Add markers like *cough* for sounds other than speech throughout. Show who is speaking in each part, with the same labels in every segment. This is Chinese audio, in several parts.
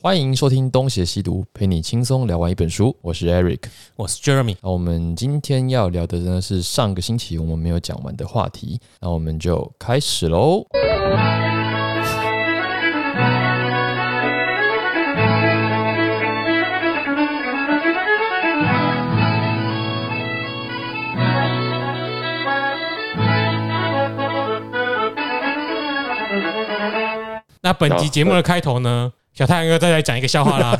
Speaker 1: 欢迎收听《东邪西毒》，陪你轻松聊完一本书。我是 Eric。
Speaker 2: 我是 Jeremy。
Speaker 1: 那我们今天要聊的呢是上个星期我们没有讲完的话题，那我们就开始喽。
Speaker 2: 那本集节目的开头呢，小太阳哥再来讲一个笑话啦。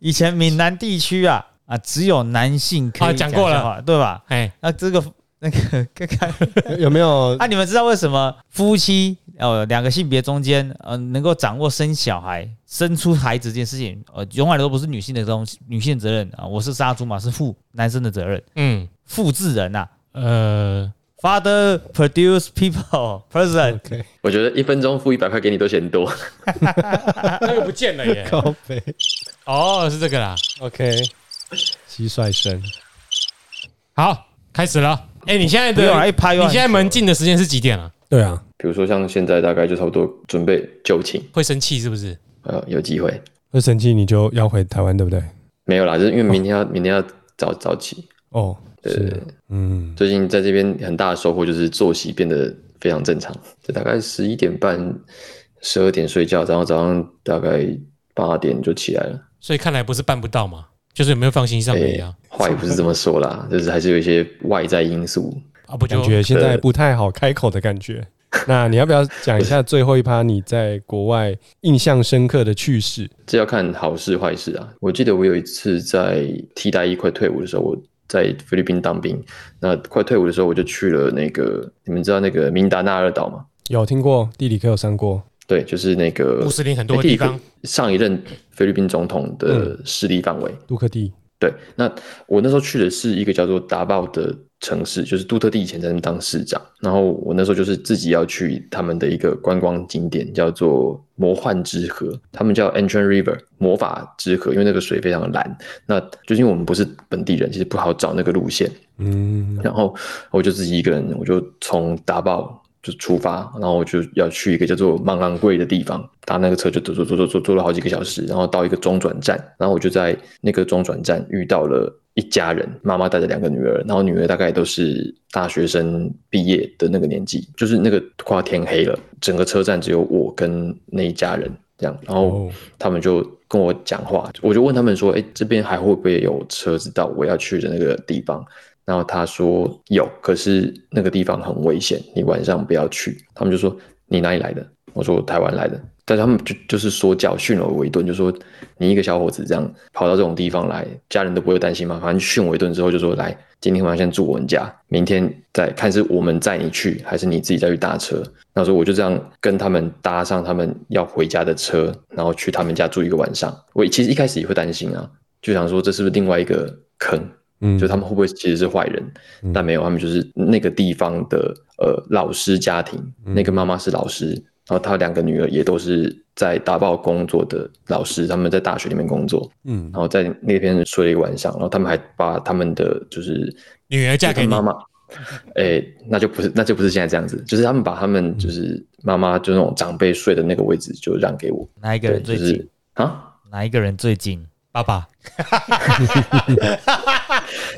Speaker 3: 以前闽南地区啊啊，只有男性可
Speaker 2: 啊
Speaker 3: 以
Speaker 2: 讲
Speaker 3: 讲
Speaker 2: 过了
Speaker 3: 笑话，对吧？
Speaker 2: 哎，
Speaker 3: 那这个那个 *laughs* 看看
Speaker 4: 有没有
Speaker 3: *laughs* 啊，你们知道为什么夫妻呃两个性别中间呃能够掌握生小孩、生出孩子这件事情，呃，永远都不是女性的东西，女性的责任啊、我是杀猪嘛，是父男生的责任，
Speaker 2: 嗯，
Speaker 3: 父之人呐、
Speaker 2: 呃，
Speaker 3: Father produce people *laughs* person，
Speaker 4: ？OK，
Speaker 5: 我觉得一分钟付一百块给你都嫌多。
Speaker 3: 啊
Speaker 2: 那个不见了耶。
Speaker 4: 高飞
Speaker 2: 哦，是这个啦。
Speaker 4: OK，蟋蟀声
Speaker 2: 好，开始了。哎，你现在
Speaker 3: 不用来
Speaker 2: 的
Speaker 3: 一拍
Speaker 2: 你
Speaker 3: 又
Speaker 2: 现在门禁的时间是几点啊？
Speaker 4: 对啊，
Speaker 5: 比如说像现在大概就差不多准备就寝，
Speaker 2: 会生气是不是？
Speaker 5: 呃，有机会
Speaker 4: 会生气你就要回台湾，对不对？
Speaker 5: 没有啦，就是因为明天要、明天要早早起。
Speaker 4: 哦，是，嗯，
Speaker 5: 最近在这边很大的收获就是作息变得非常正常，就大概十一点半、十二点睡觉，然后早上大概八点就起来了。
Speaker 2: 所以看来不是办不到嘛，就是有没有放心上而已啊。
Speaker 5: 话也不是这么说啦，就是还是有一些外在因素。
Speaker 2: 啊，不就
Speaker 4: 感觉现在不太好开口的
Speaker 5: *laughs*
Speaker 4: 感觉。那你要不要讲一下最后一趴你在国外印象深刻的趣事？
Speaker 5: 这要看好事坏事啊。我记得我有一次在替代役快退伍的时候，我在菲律宾当兵，那快退伍的时候我就去了那个，你们知道那个明达纳尔岛吗？
Speaker 4: 有听过地理课有上过，
Speaker 5: 对，就是那个
Speaker 2: 穆斯林很多的地方嗯
Speaker 5: 哎上一任菲律宾总统的势力范围。
Speaker 4: 杜克地
Speaker 5: 对，那我那时候去的是一个叫做达鲍的城市，就是杜特地以前在那边当市长，然后我那时候就是自己要去他们的一个观光景点，叫做魔幻之河，他们叫 Ancient River 魔法之河，因为那个水非常的蓝。那就是因为我们不是本地人，其实不好找那个路线，
Speaker 4: 嗯，
Speaker 5: 然后我就自己一个人，我就从达鲍就出发，然后我就要去一个叫做曼昂贵的地方，搭那个车就走走走走走走了好几个小时，然后到一个中转站，然后我就在那个中转站遇到了一家人，妈妈带着两个女儿，然后女儿大概都是大学生毕业的那个年纪，就是那个快要天黑了，整个车站只有我跟那一家人这样，然后
Speaker 4: 哦
Speaker 5: 他们就跟我讲话，我就问他们说，哎，这边还会不会有车子到我要去的那个地方？然后他说有，可是那个地方很危险，你晚上不要去。他们就说你哪里来的？我说我台湾来的。但是他们就就是说教训了我一顿，就说你一个小伙子这样跑到这种地方来，家人都不会担心吗？反正训我一顿之后就说来，今天晚上先住我们家，明天再看是我们载你去，还是你自己再去搭车。那时候我就这样跟他们搭上他们要回家的车，然后去他们家住一个晚上。我其实一开始也会担心啊，就想说这是不是另外一个坑？
Speaker 4: 嗯
Speaker 5: 就他们会不会其实是坏人？
Speaker 4: 嗯
Speaker 5: 但没有，他们就是那个地方的呃老师家庭，
Speaker 4: 嗯
Speaker 5: 那个妈妈是老师，然后她两个女儿也都是在达报工作的老师，他们在大学里面工作，
Speaker 4: 嗯
Speaker 5: 然后在那边睡了一个晚上，然后他们还把他们的就是
Speaker 2: 女儿嫁给
Speaker 5: 就
Speaker 2: 你
Speaker 5: 他妈妈，哎、那就不是，那就不是现在这样子，就是他们把他们就是妈妈就那种长辈睡的那个位置就让给我，
Speaker 3: 哪一个
Speaker 5: 对，
Speaker 3: 人
Speaker 5: 就
Speaker 3: 最近
Speaker 5: 是？啊。
Speaker 3: 哪一个人最近？
Speaker 2: 爸爸，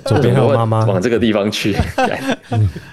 Speaker 4: 左边还有妈妈
Speaker 5: 往这个地方去， *laughs* 干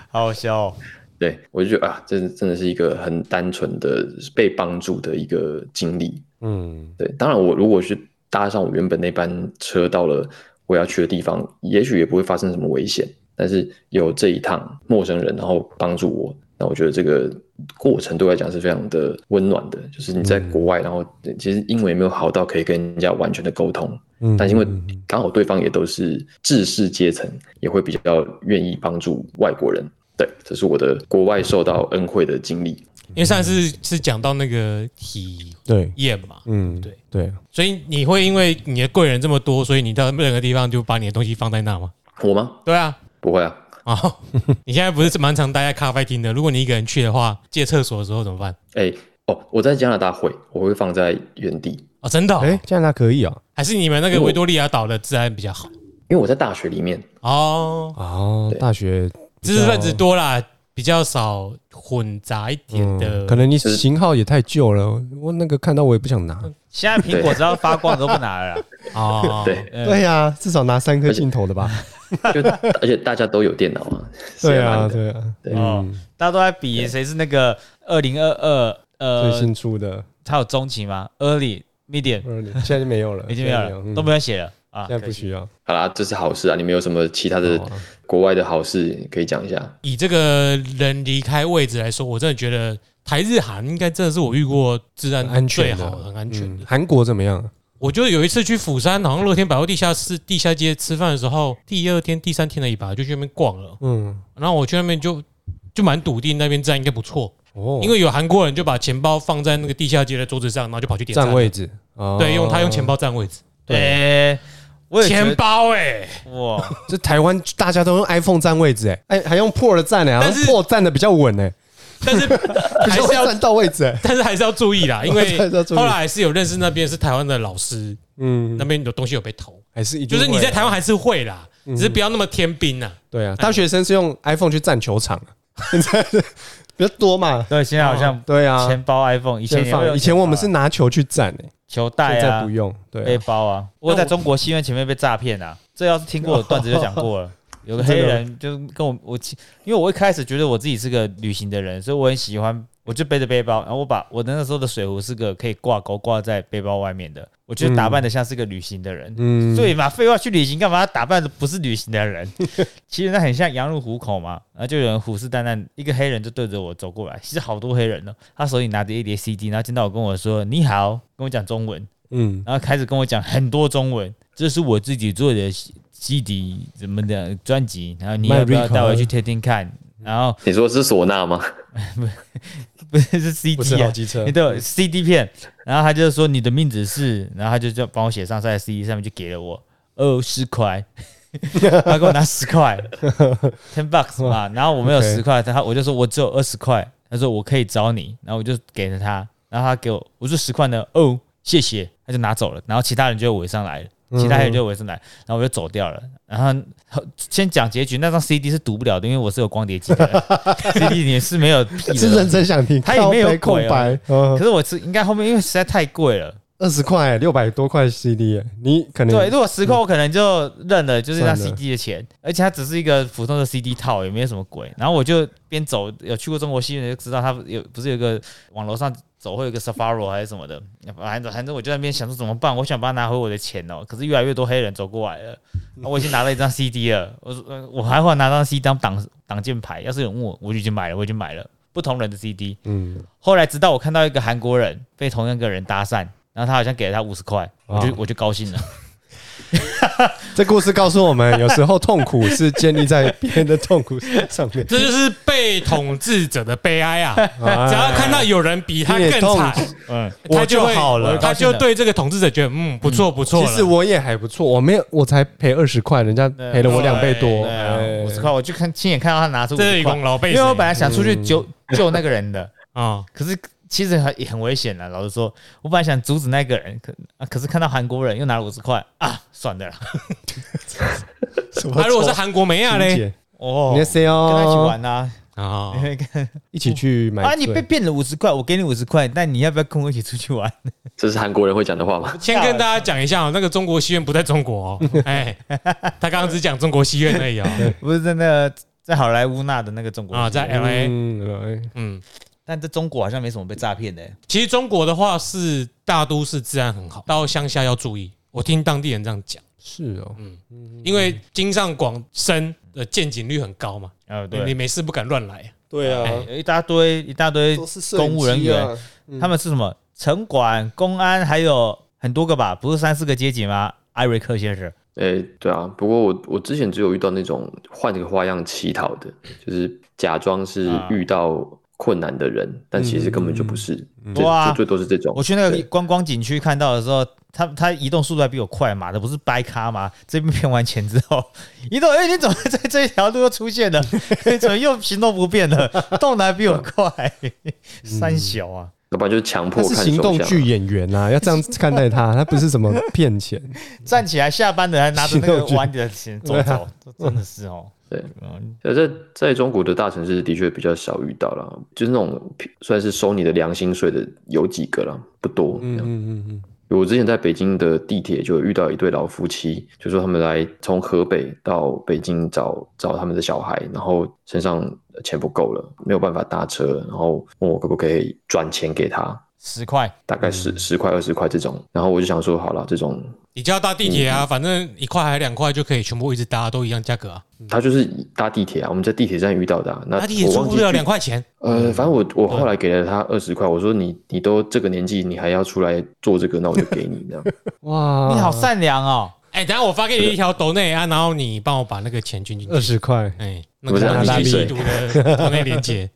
Speaker 3: 好笑、哦，
Speaker 5: 对，我就觉得啊，这真的是一个很单纯的被帮助的一个经历。
Speaker 4: 嗯，
Speaker 5: 对，当然我如果是搭上我原本那班车到了我要去的地方，也许也不会发生什么危险。但是有这一趟陌生人，然后帮助我，那我觉得这个过程对我来讲是非常的温暖的。就是你
Speaker 4: 嗯
Speaker 5: 在国外，然后其实英文也没有好到可以跟人家完全的沟通，
Speaker 4: 嗯
Speaker 5: 但因为
Speaker 4: 嗯嗯
Speaker 5: 刚好对方也都是知识阶层，也会比较愿意帮助外国人。对，这是我的国外受到恩惠的经历。
Speaker 2: 因为上次是讲到那个体
Speaker 4: 对，
Speaker 2: 验嘛，
Speaker 4: 嗯
Speaker 2: 对
Speaker 4: 对，
Speaker 2: 所以你会因为你的贵人这么多，所以你到任何地方就把你的东西放在那吗？
Speaker 5: 我吗？
Speaker 2: 对啊，
Speaker 5: 不会啊，
Speaker 2: *laughs* 哦，你现在不是蛮常待在咖啡厅的？如果你一个人去的话，借厕所的时候怎么办？
Speaker 5: 哎、哦，我在加拿大会，我会放在原地。
Speaker 2: 哦，真的哦、
Speaker 4: 哎，加拿大可以啊，
Speaker 2: 还是你们那个维多利亚岛的治安比较好
Speaker 5: 因为我在大学里面，
Speaker 2: 哦？
Speaker 4: 哦，大学
Speaker 2: 知识分子多啦，比较少混杂一点的，
Speaker 4: 嗯
Speaker 2: 嗯
Speaker 4: 可能你型号也太旧了，我那个看到我也不想拿。
Speaker 3: 现在苹果只要发光都不拿了啦，
Speaker 2: 哦，
Speaker 5: 对，
Speaker 4: *laughs* 对呀、至少拿三颗镜头的吧？
Speaker 5: 就而且大家都有电脑啊，谁
Speaker 4: *laughs* 对
Speaker 5: 要拿
Speaker 4: 啊，
Speaker 5: 你的
Speaker 4: 对啊，
Speaker 5: 嗯对
Speaker 3: 哦
Speaker 4: 嗯，
Speaker 3: 大家都在比谁是那个二零二二
Speaker 4: 最
Speaker 3: 呃，
Speaker 4: 新出的
Speaker 3: 它有中期吗？Early、Medium
Speaker 4: 二零，现在就
Speaker 2: *laughs*
Speaker 4: 没有了，
Speaker 3: 已经没有
Speaker 4: 现在
Speaker 3: 了，
Speaker 4: 嗯
Speaker 3: 都不用写了啊，
Speaker 4: 现在
Speaker 3: 可
Speaker 4: 不
Speaker 3: 惜
Speaker 4: 需要。
Speaker 5: 好啦，这是好事啊！你们有什么其他的
Speaker 4: 好啊
Speaker 5: 国外的好事可以讲一下？
Speaker 2: 以这个人离开位置来说，我真的觉得台日韩应该真的是我遇过治安
Speaker 4: 安
Speaker 2: 最
Speaker 4: 全的
Speaker 2: 好、很安全的
Speaker 4: 嗯。韩国怎么样？
Speaker 2: 我就有一次去釜山，好像乐天百货地下室、地下街吃饭的时候，第二天、第三天而已吧，就去那边逛了。
Speaker 4: 嗯，
Speaker 2: 然后我去那边就就蛮笃定那边治安应该不错，
Speaker 4: 哦，
Speaker 2: 因为有韩国人就把钱包放在那个地下街的桌子上，然后就跑去点
Speaker 4: 占位，置，哦
Speaker 2: 对，用他用
Speaker 4: 包。
Speaker 2: 钱包占位置，
Speaker 3: 诶，我也觉
Speaker 2: 钱
Speaker 3: 得
Speaker 2: 包哎、
Speaker 3: 哇，
Speaker 4: 这台湾大家都用 iPhone 占位置、欸，哎、还用 Pro 的占呢、欸，好
Speaker 2: 但
Speaker 4: 像
Speaker 2: 是
Speaker 4: Pro 占的比较稳哎、
Speaker 2: 但是 *laughs*
Speaker 4: 比
Speaker 2: 还
Speaker 4: 较
Speaker 2: 是
Speaker 4: 会
Speaker 2: 要
Speaker 4: 占到位置哎、欸。
Speaker 2: 但是还是要注意
Speaker 4: *laughs*
Speaker 2: 啦，因为
Speaker 4: 还是要注意
Speaker 2: 后来还是有认识那边是台湾的老师，
Speaker 4: 嗯
Speaker 2: 那，边有东西有被偷，
Speaker 4: 还是一定
Speaker 2: 就
Speaker 4: 会啊
Speaker 2: 是你在台湾还是会啦，只是不要那么天兵呐。
Speaker 4: 对啊，大学生是用 iPhone 去占球
Speaker 2: *laughs*
Speaker 4: 场，现在比较多嘛。
Speaker 3: 对，现在好像
Speaker 4: 对啊，
Speaker 3: 钱包 iPhone，以前也
Speaker 4: 先
Speaker 3: 会
Speaker 4: 放
Speaker 3: 用
Speaker 4: 以
Speaker 3: 钱
Speaker 4: 前
Speaker 3: 包
Speaker 4: 我们是
Speaker 3: 啊
Speaker 4: 拿球去占、欸，
Speaker 3: 球
Speaker 4: 现
Speaker 3: 袋
Speaker 4: 在
Speaker 3: 啊
Speaker 4: 不、用。对
Speaker 2: 哎
Speaker 3: 背
Speaker 4: 啊、
Speaker 3: 包啊，我在中国戏院前面被诈骗啊，这要是听过我段子就讲过 *laughs* 了。有个黑人就跟我我其，因为我一开始觉得我自己是个旅行的人，所以我很喜欢，我就背着背包，然后我把我那时候的水壶是个可以挂钩挂在背包外面的，我觉得打扮的像是个旅行的人。
Speaker 4: 嗯，
Speaker 3: 对嘛，废话，去旅行干嘛？打扮的不是旅行的 *laughs* 人，其实那很像羊入虎口嘛。然后就有人虎视眈眈，一个黑人就对着我走过来，其实好多黑人呢，他手里拿着一叠 CD，然后见到我跟我说你好，跟我讲中文，
Speaker 4: 嗯，
Speaker 3: 然后开始跟我讲很多中文，这是我自己做的 CD 怎么的专辑，然后你要不要带我去听听看？然后
Speaker 5: 你说是唢呐吗？ *laughs*
Speaker 3: 不是是
Speaker 4: 不是
Speaker 3: CD
Speaker 4: 老
Speaker 3: 啊，
Speaker 4: 机车
Speaker 2: 哎
Speaker 3: 你，的 CD 片，然后他就说你的名字是，然后他就叫帮我写上在 CD 上面就给了我二十块， *laughs* 他给我拿十
Speaker 4: *laughs*
Speaker 3: 块，ten bucks 嘛，然后我没有
Speaker 4: OK
Speaker 3: 十块，他我就说我只有二十块，他说我可以找你，然后我就给了他，然后他给我我说十块呢，哦谢谢，他就拿走了，然后其他人就围上来了。其他人就围上来，然后我就走掉了。然后先讲结局，那张 CD 是读不了的，因为我是有光碟机的 *laughs* ，CD 你是没有屁的。
Speaker 4: 是认真想听，
Speaker 3: 它里面有
Speaker 4: 靠背
Speaker 2: 啊
Speaker 4: 空白，嗯
Speaker 3: 可，是我是应该后面，因为实在太贵了。
Speaker 4: 二十块六百多块 CD，欸、你可能
Speaker 3: 对，如果十块我可能就认了，就是那
Speaker 4: 嗯算了
Speaker 3: CD 的钱，而且它只是一个普通的 CD 套，也没有什么鬼。然后我就边走，有去过中国戏院的就知道，它有不是有一个往楼上走会有一个 Safari 还是什么的，反正反正我就在那边想说怎么办，我想把它拿回我的钱哦、可是越来越多黑人走过来了，然后我已经拿了一张 CD 了，我说呃我还会拿张 CD 当挡挡箭牌，要是有人问我，我就已经买了，我已经买了不同人的 CD。
Speaker 4: 嗯，
Speaker 3: 后来直到我看到一个韩国人被同样一个人搭讪，然后他好像给了他五十块，我就
Speaker 4: 哇
Speaker 3: 我就高兴了。
Speaker 4: 这故事告诉我 *laughs* 们，有时候痛苦是建立在别人的痛苦上面。
Speaker 2: *laughs* 这就是被统治者的悲哀啊！只要看到有人比他
Speaker 4: 你也
Speaker 2: 更
Speaker 4: 痛
Speaker 2: 惨，
Speaker 3: 嗯，
Speaker 2: 他就
Speaker 4: 哎我
Speaker 2: 会
Speaker 4: 就好了
Speaker 2: 他就对这个统治者觉得嗯不错不错
Speaker 4: 啊其
Speaker 2: 了。
Speaker 4: 实我也还不错，我没有，我才赔二十块，人家赔了我两倍多
Speaker 3: 对啊，五十，块，
Speaker 4: 哎
Speaker 3: 我就看亲眼看到他拿出五
Speaker 2: 这是
Speaker 3: 十
Speaker 2: 一
Speaker 3: 块
Speaker 2: 公，老
Speaker 3: 因
Speaker 2: 辈
Speaker 3: 为
Speaker 2: 谁
Speaker 3: 我本来想出去
Speaker 4: 嗯
Speaker 3: 救救那个人的，
Speaker 2: 啊，
Speaker 3: 可是其实很也很危险啊的。老实说，我本来想阻止那个人，可啊，可是看到韩国人又拿了五十块啊，算了啦。
Speaker 4: 什么
Speaker 2: 他如果是韩国梅亚
Speaker 4: 情
Speaker 2: 嘞
Speaker 4: 节
Speaker 3: 哦，
Speaker 4: 你
Speaker 3: 跟
Speaker 4: 的 C
Speaker 3: 他一起
Speaker 4: 哦，
Speaker 3: 玩啊，
Speaker 4: *laughs*
Speaker 2: 啊，
Speaker 4: 一起去买
Speaker 3: 啊，
Speaker 4: 醉
Speaker 3: 你被骗了五十块，我给你五十块，但你要不要跟我一起出去玩？ *laughs*
Speaker 5: 这是韩国人会讲的话吗？ *laughs*
Speaker 2: 先跟大家讲一下哦，那个中国戏院不在中国
Speaker 4: *laughs*
Speaker 2: 哦，哎，他刚刚只讲中国戏院而已哦，
Speaker 3: 不是在那在好莱坞那的那个中国
Speaker 2: 啊，在 L A，
Speaker 4: 嗯，
Speaker 2: 嗯，
Speaker 3: 但在中国好像没什么被诈骗的、欸。
Speaker 2: 其实中国的话是大都市治安很好，到乡下要注意。我听当地人这样讲，
Speaker 4: 是哦，
Speaker 3: 嗯
Speaker 2: 因为京上广深的见警率很高嘛，
Speaker 3: 啊，
Speaker 2: 你你，没事不敢乱来。
Speaker 4: 对
Speaker 5: 啊
Speaker 2: 哎
Speaker 3: 有一大堆一大堆公务人
Speaker 4: 啊
Speaker 3: 员，
Speaker 5: 嗯
Speaker 3: 他们是什么城管、公安，还有很多个吧？不是三四个阶级吗？艾瑞克先生，
Speaker 5: 诶、对啊，不过我我之前只有遇到那种换个花样乞讨的，就是假装是
Speaker 3: 啊
Speaker 5: 遇到困难的人，但其实根本就不是，最
Speaker 3: 哇
Speaker 5: 就最多是这种。
Speaker 3: 我去那个
Speaker 5: 对
Speaker 3: 观光景区看到的时候，他他移动速度还比我快，妈的，不是掰咖吗？这边骗完钱之后， *laughs* 移动，哎、你怎么在 *laughs* 这一条路又出现了？ *laughs* 你怎么又行动不便了？动的还比我快，
Speaker 5: 嗯
Speaker 3: 三小啊！
Speaker 5: 要不然就是强迫
Speaker 4: 他
Speaker 5: 看
Speaker 4: 是
Speaker 5: 手
Speaker 4: 行动
Speaker 5: 相
Speaker 4: 剧
Speaker 5: 啊
Speaker 4: 演员啊，要这样看待他，他不是什么骗
Speaker 3: *laughs*
Speaker 4: 钱，
Speaker 3: 站起来，下班的还拿着那
Speaker 4: 行
Speaker 3: 个
Speaker 4: 动剧
Speaker 3: 碗里的钱走走，这真的是哦。
Speaker 5: 对
Speaker 3: 嗯，
Speaker 5: 呃，在在中国的大城市的确比较少遇到啦，就是那种算是收你的良心税的有几个啦，不多。
Speaker 4: 嗯
Speaker 5: 嗯、
Speaker 4: 嗯嗯
Speaker 5: 我之前在北京的地铁就有遇到一对老夫妻，就说他们来从河北到北京找找他们的小孩，然后身上钱不够了，没有办法搭车，然后问我可不可以转钱给他，
Speaker 3: 十块，
Speaker 5: 大概
Speaker 2: 嗯
Speaker 5: 十十块二十块这种。然后我就想说，好了，这种
Speaker 2: 你就要搭地铁啊，
Speaker 5: 嗯
Speaker 2: 反正一块还两块就可以全部一直搭，都一样价格啊。
Speaker 5: 他就是搭地铁啊，我们在地铁站遇到的、啊。那
Speaker 2: 搭地铁
Speaker 5: 我
Speaker 2: 出
Speaker 5: 忘
Speaker 2: 不
Speaker 5: 记
Speaker 2: 了
Speaker 5: 具
Speaker 2: 两块钱，
Speaker 3: 嗯
Speaker 5: 呃，反正我我后来给了他二十块，我说你你都这个年纪，你还要出来做这个，那我就给你
Speaker 3: *laughs*
Speaker 5: 这样。啊
Speaker 4: 哇，
Speaker 3: 你好善良哦。
Speaker 2: 哎、等一下我发给你一条抖内啊，然后你帮我把那个钱捐进去。
Speaker 4: 二十块，
Speaker 2: 哎、那个
Speaker 5: 不是
Speaker 2: 我
Speaker 5: 啊
Speaker 2: 们
Speaker 4: 你
Speaker 2: 吸
Speaker 4: 是
Speaker 2: 毒的抖内
Speaker 5: *laughs*
Speaker 2: 连接，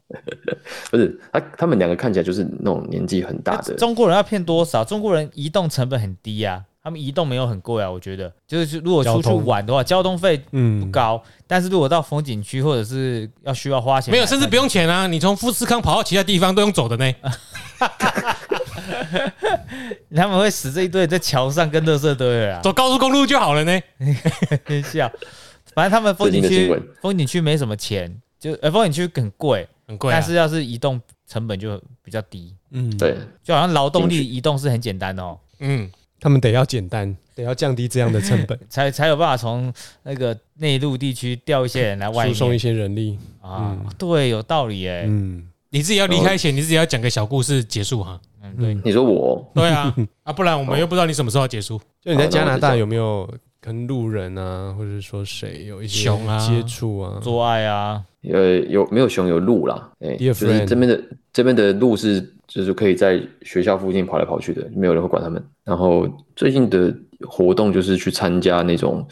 Speaker 5: 不是，他他们两个看起来就是那种年纪很大的，
Speaker 3: 中国人要骗多少？中国人移动成本很低啊，他们移动没有很贵啊，我觉得就是如果出去
Speaker 4: 交通
Speaker 3: 玩的话，交通费不
Speaker 4: 嗯，
Speaker 3: 高，但是如果到风景区或者是要需要花钱，
Speaker 2: 没有，甚至不用钱啊！你从富士康跑到其他地方都用走的呢。
Speaker 5: 啊
Speaker 3: 他们会死这一堆人在桥上跟垃圾堆了啊，
Speaker 2: 走高速公路就好了呢。
Speaker 3: 真笑。反正他们风景
Speaker 5: 最近的
Speaker 3: 区
Speaker 5: 新
Speaker 3: 风景区没什么钱，就呃风景区很贵，
Speaker 2: 很贵、啊，
Speaker 3: 但是要是移动成本就比较低，
Speaker 4: 嗯，
Speaker 5: 对，
Speaker 3: 就好像劳动力
Speaker 5: 进
Speaker 3: 移动是很简单的哦，
Speaker 2: 嗯，
Speaker 4: 他们得要简单，得要降低这样的成
Speaker 3: *laughs*
Speaker 4: 本，
Speaker 3: 才才有办法从那个内陆地区调一些人来外
Speaker 4: 输送一
Speaker 3: 面
Speaker 4: 些人力，
Speaker 3: 啊
Speaker 4: 嗯，
Speaker 3: 对，有道理哎、
Speaker 4: 嗯，
Speaker 2: 你自己要离开前，你自己要讲个小故事结
Speaker 5: *laughs*
Speaker 2: 束哈。
Speaker 3: 嗯，对，
Speaker 5: 你说我
Speaker 2: 对啊，啊，不然我们又不知道你什么时候要结
Speaker 5: 哦
Speaker 2: 束。
Speaker 4: 就你
Speaker 5: 好
Speaker 4: 在
Speaker 5: 那
Speaker 4: 加
Speaker 5: 我
Speaker 4: 拿
Speaker 5: 就
Speaker 4: 大
Speaker 5: 讲
Speaker 4: 有没有跟路人啊，或者说谁有一些
Speaker 2: 熊啊
Speaker 4: 接触啊？
Speaker 3: 做爱啊，
Speaker 5: 呃有没有熊有鹿啦？哎、
Speaker 4: Dear
Speaker 5: 就是这
Speaker 4: friend
Speaker 5: 边的这边的鹿是就是可以在学校附近跑来跑去的，没有人会管他们。然后最近的活动就是去参加那种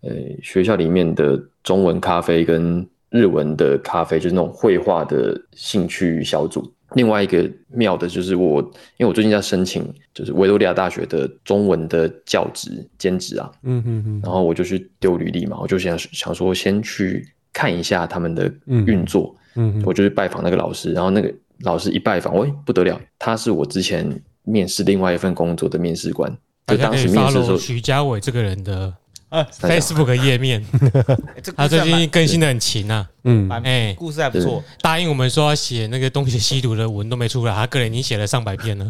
Speaker 5: 呃学校里面的中文咖啡跟日文的咖啡，就是那种绘画的兴趣小组。另外一个妙的就是我，因为我最近在申请就是维多利亚大学的中文的教职兼职啊，
Speaker 4: 嗯嗯嗯，
Speaker 5: 然后我就去丢履历嘛，我就想想说先去看一下他们的
Speaker 4: 嗯
Speaker 5: 运作，
Speaker 4: 嗯
Speaker 5: 我就去拜访那个老师，然后那个老师一拜访，喂、不得了，他是我之前面试另外一份工作的面试官，
Speaker 2: 大
Speaker 5: 就
Speaker 2: 家
Speaker 5: 当
Speaker 2: 可以
Speaker 5: 时面试的时
Speaker 2: follow
Speaker 5: 候，
Speaker 2: 徐家伟这个人的
Speaker 3: 啊
Speaker 2: Facebook 页面，
Speaker 3: 欸这故
Speaker 2: 他
Speaker 3: 事
Speaker 2: 最
Speaker 3: 还蛮
Speaker 2: 近更新的很勤啊。
Speaker 5: *laughs*
Speaker 4: 嗯
Speaker 3: 蛮
Speaker 2: 哎，
Speaker 3: 故事还不错，
Speaker 2: 答应我们说要写那个东邪西毒的文都没出来，他个人已经写了上百篇了。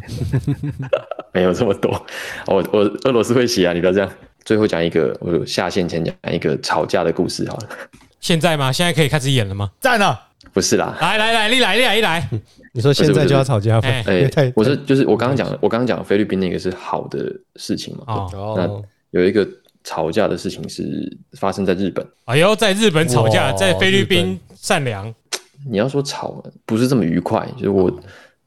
Speaker 5: 没有这么多，我我俄罗斯会写啊，你不要这样。最后讲一个，我下线前讲一个吵架的故事好了，
Speaker 2: 现在吗？现在可以开始演了吗？
Speaker 3: 赞啊了，
Speaker 5: 不是啦，
Speaker 2: 来来来，一来一来一来，
Speaker 4: 你说现在就要吵架吗？
Speaker 2: 哎
Speaker 4: *laughs* 因为太
Speaker 5: 我是就是我刚刚讲的，我刚刚讲的菲律宾那个是好的事情嘛，
Speaker 2: 哦，
Speaker 4: 哦，
Speaker 5: 有一个吵架的事情是发生在日本。
Speaker 2: 哎呦，在日本吵架，
Speaker 4: 哇
Speaker 2: 在菲律宾善良，
Speaker 5: 你要说吵，不是这么愉快。就是我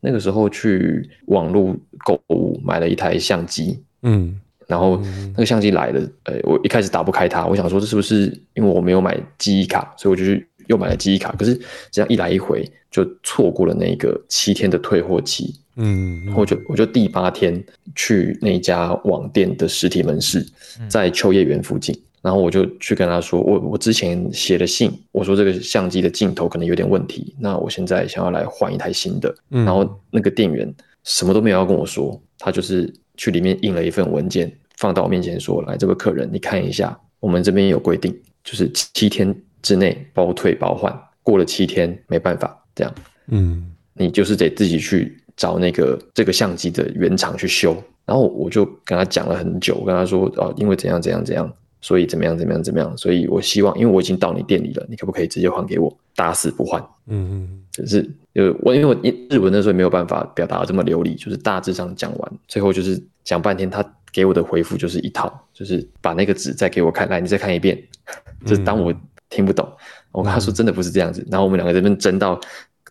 Speaker 5: 那个时候去网络购物买了一台相机，
Speaker 4: 嗯
Speaker 5: 然后那个相机来了，呃，我一开始打不开它，我想说这是不是因为我没有买记忆卡，所以我就去又买了记忆卡。可是这样一来一回，就错过了那个七天的退货期。
Speaker 4: 嗯，
Speaker 5: 然后我就我就第八天去那家网店的实体门市，
Speaker 4: 嗯
Speaker 5: 在秋叶原附近。然后我就去跟他说，我我之前写的信，我说这个相机的镜头可能有点问题，那我现在想要来换一台新的。
Speaker 4: 嗯
Speaker 5: 然后那个店员什么都没有要跟我说，他就是去里面印了一份文件放到我面前说，来这位客人你看一下，我们这边有规定，就是七天之内包退包换，过了七天没办法这样。
Speaker 4: 嗯
Speaker 5: 你就是得自己去找那个这个相机的原厂去修。然后我就跟他讲了很久，我跟他说哦，因为怎样怎样怎样，所以怎么样怎么样怎么样，所以我希望，因为我已经到你店里了，你可不可以直接还给我？打死不换，
Speaker 4: 嗯嗯
Speaker 5: 只是呃，我因为我日文那时候也没有办法表达得这么流利，就是大致上讲完，最后就是讲半天，他给我的回复就是一套，就是把那个纸再给我看，来你再看一遍， *laughs* 就是当我听不懂，我跟他说真的不是这样子，然后我们两个这边争到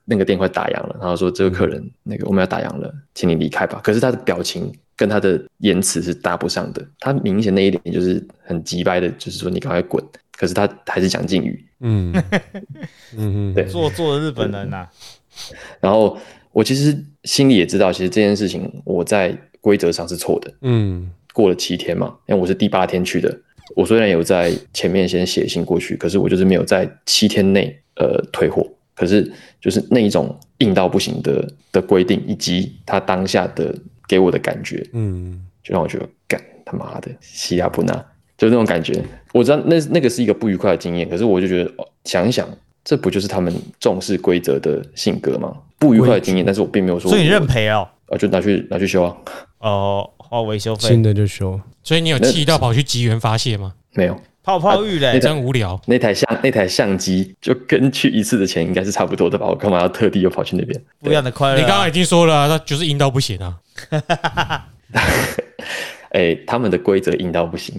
Speaker 5: 那个店快打烊了，然后说这个客人那个我们要打烊了，请你离开吧。可是他的表情跟他的言辞是搭不上的，他明显那一点就是很急掰的，就是说你赶快滚，可是他还是讲敬语，
Speaker 4: 嗯嗯嗯，
Speaker 5: 对嗯
Speaker 3: 做作的日本人啊呐、
Speaker 5: 然后我其实心里也知道，其实这件事情我在规则上是错的。
Speaker 4: 嗯
Speaker 5: 过了七天嘛，因为我是第八天去的，我虽然有在前面先写信过去，可是我就是没有在七天内呃退货。可是就是那一种硬到不行的的规定，以及他当下的给我的感觉，
Speaker 4: 嗯
Speaker 5: 就让我觉得干他妈的西亚不纳，就那种感觉。我知道那那个是一个不愉快的经验，可是我就觉得、哦、想一想，这不就是他们重视规则的性格吗？不愉快的经验，但是我并没有说我，
Speaker 3: 所以你认赔哦？
Speaker 5: 啊，就拿去拿去修啊，
Speaker 3: 哦，花维修费
Speaker 4: 新，的就修。
Speaker 2: 所以你有气到跑去吉原发泄吗？
Speaker 5: 没有。
Speaker 3: 泡泡浴嘞
Speaker 5: 那，
Speaker 2: 真无聊。
Speaker 5: 那台相那台相机就跟去一次的钱应该是差不多的吧？我干嘛要特地又跑去那边？
Speaker 3: 不一样的快乐啊。
Speaker 2: 你刚刚已经说了啊、那就是阴到不行啊。
Speaker 5: 哎、他们的规则硬到不行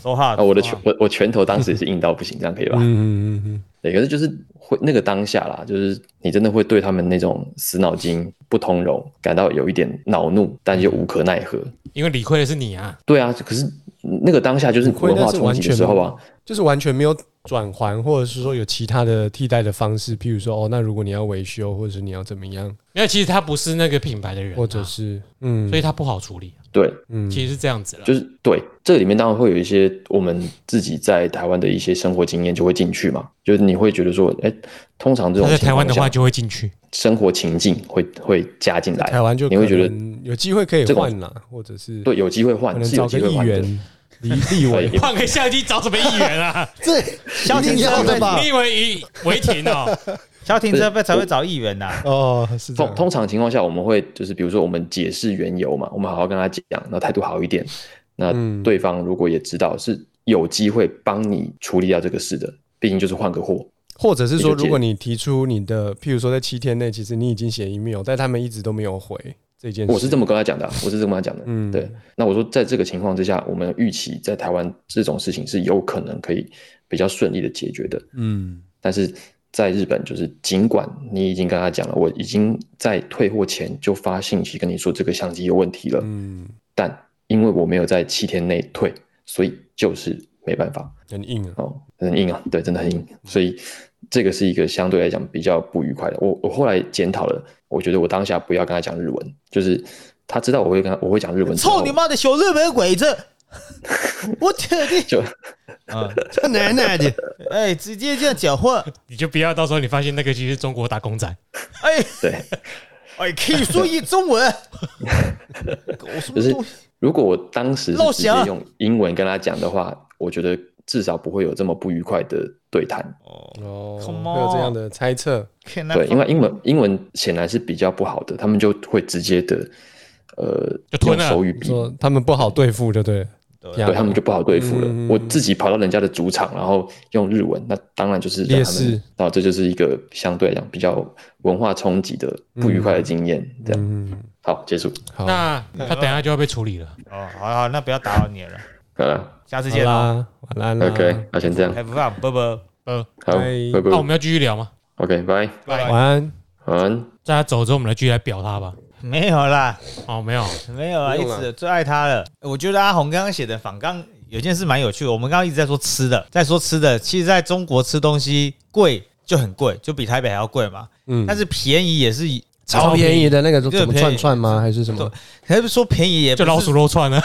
Speaker 3: 说
Speaker 5: 啊！
Speaker 3: 话
Speaker 5: 我的拳我我拳头当时也是硬到不行，这样可以吧？
Speaker 4: 嗯嗯嗯嗯，
Speaker 5: 对，可是就是会那个当下啦，就是你真的会对他们那种死脑筋、不通融感到有一点恼怒，但又无可奈何。
Speaker 2: 因为理亏的是你啊，
Speaker 5: 对啊，可是那个当下就是
Speaker 4: 亏
Speaker 5: 文化
Speaker 4: 但是
Speaker 5: 冲
Speaker 4: 完
Speaker 5: 击
Speaker 4: 全
Speaker 5: 的时候啊，
Speaker 4: 就是完全没有转还，或者是说有其他的替代的方式，譬如说哦，那如果你要维修，或者是你要怎么样，
Speaker 2: 因为其实他不是那个品牌的人啊、
Speaker 4: 或者是嗯，
Speaker 2: 所以他不好处理啊、
Speaker 5: 对，
Speaker 4: 嗯
Speaker 2: 其实是这样子了。
Speaker 5: 就是对，这里面当然会有一些我们自己在台湾的一些生活经验就会进去嘛，就是你会觉得说，哎，通常这
Speaker 2: 他
Speaker 5: 种
Speaker 2: 在
Speaker 5: 情
Speaker 2: 台湾
Speaker 5: 况
Speaker 2: 的
Speaker 5: 下
Speaker 2: 话就会进去，
Speaker 5: 生活情境会会加进来，
Speaker 4: 台湾就
Speaker 5: 你会觉得
Speaker 4: 可能有机会可以
Speaker 5: 这种
Speaker 4: 换啦，或者是
Speaker 5: 对有机会
Speaker 4: 可
Speaker 5: 换
Speaker 4: 能
Speaker 5: 是有
Speaker 4: 找
Speaker 5: 机
Speaker 4: 个
Speaker 5: 会
Speaker 4: 议
Speaker 5: 换的，
Speaker 4: 员、立立委
Speaker 5: 对，
Speaker 2: 换个相机找什么议员啊？
Speaker 4: 这
Speaker 3: 消停车费，
Speaker 4: 吧
Speaker 2: 你以为以违停哦？
Speaker 3: 消停车费才会找议员呐。
Speaker 4: 哦，是这
Speaker 5: 通
Speaker 4: 样，
Speaker 5: 通常情况下我们会就是比如说我们解释缘由嘛，我们好好跟他讲，然后态度好一
Speaker 4: *laughs*
Speaker 5: 点，那
Speaker 4: 嗯
Speaker 5: 对方如果也知道是有机会帮你处理掉这个事的，毕竟就是换个货，
Speaker 4: 或者是
Speaker 5: 也
Speaker 4: 说，
Speaker 5: 就见
Speaker 4: 如果你提出你的，譬如说在七天内，其实你已经写 email，但他们一直都没有回这件事，
Speaker 5: 我是这么跟他讲的啊、我是这么跟他讲的。
Speaker 4: 嗯
Speaker 5: 对。那我说，在这个情况之下，我们预期在台湾这种事情是有可能可以比较顺利的解决的。
Speaker 3: 嗯，
Speaker 5: 但是在日本，就是尽管你已经跟他讲了，我已经在退货前就发信息跟你说这个相机有问题了，
Speaker 4: 嗯，
Speaker 5: 但因为我没有在七天内退，所以就是没办法
Speaker 4: 很硬啊，
Speaker 5: 哦，很硬啊，对，真的很硬。所以这个是一个相对来讲比较不愉快的。我我后来检讨了，我觉得我当下不要跟他讲日文，就是。他知道我会跟他我会讲日文之后，
Speaker 3: 操你妈的小日本鬼子！
Speaker 5: *laughs*
Speaker 3: 我天地，
Speaker 5: 就
Speaker 3: 嗯，
Speaker 4: 他奶
Speaker 5: 啊
Speaker 4: 奶的，
Speaker 3: *laughs* 哎，直接这样讲话，
Speaker 2: 你就不要到时候你发现那个其实是中国打工仔，
Speaker 3: 哎
Speaker 5: 对，
Speaker 3: 哎，可以说一中文。我
Speaker 5: *laughs*
Speaker 3: 什
Speaker 5: 就
Speaker 3: 么
Speaker 5: 是
Speaker 3: 东西？
Speaker 5: 如果我当时是
Speaker 3: 漏
Speaker 5: 直
Speaker 3: 想啊
Speaker 5: 接用英文跟他讲的话，我觉得至少不会有这么不愉快的对谈。
Speaker 4: 哦，
Speaker 3: Come
Speaker 4: 会有这样的猜测，
Speaker 3: Can I
Speaker 5: 对，因为
Speaker 3: fuck-
Speaker 5: 英文英文显然是比较不好的，他们就会直接的，呃
Speaker 2: 就，
Speaker 5: 用
Speaker 2: 吞
Speaker 3: 啊
Speaker 2: 了
Speaker 5: 手语
Speaker 4: 你
Speaker 5: 比，
Speaker 4: 说他们不好对付，对不对？
Speaker 5: 对他们就不好对付了。
Speaker 4: 嗯
Speaker 5: 我自己跑到人家的主场，然后用日文，那当然就是让他
Speaker 4: 劣
Speaker 5: 们
Speaker 4: 势，
Speaker 5: 然后这就是一个相对来讲比较文化冲击的不愉快的经验。这样
Speaker 4: 嗯，
Speaker 5: 好，结束，
Speaker 4: 好，
Speaker 2: 那他等一下就要被处理了。
Speaker 3: 哦，好好，那不要打扰你了，
Speaker 5: 好了
Speaker 3: 下次
Speaker 4: 好
Speaker 3: 见啦。
Speaker 4: 啦，晚安啦
Speaker 5: ，OK，那先这样，
Speaker 3: 还不放，啵啵。
Speaker 2: 呃，
Speaker 5: 好，
Speaker 4: 嗯拜
Speaker 5: 拜拜
Speaker 2: 那我们要继续聊吗？
Speaker 5: ，OK，拜，
Speaker 4: 晚安，
Speaker 5: 晚安。
Speaker 2: 在他走之后，我们来继续来表他吧。
Speaker 3: 没有啦，
Speaker 2: 哦，没有，
Speaker 3: 没有啦，啊
Speaker 4: 不
Speaker 3: 一
Speaker 4: 用啦
Speaker 3: 直最爱他了。我觉得阿红刚刚写的仿刚有件事蛮有趣的，我们刚刚一直在说吃的，在说吃的，其实在中国吃东西贵就很贵，就比台北还要贵嘛。
Speaker 4: 嗯
Speaker 3: 但是便宜也是，
Speaker 4: 超便宜的那个
Speaker 3: 这
Speaker 4: 怎
Speaker 3: 个
Speaker 4: 么
Speaker 3: 便宜
Speaker 4: 串串吗？还是什么？
Speaker 3: 还不说便宜也不
Speaker 2: 就是老鼠肉串啊，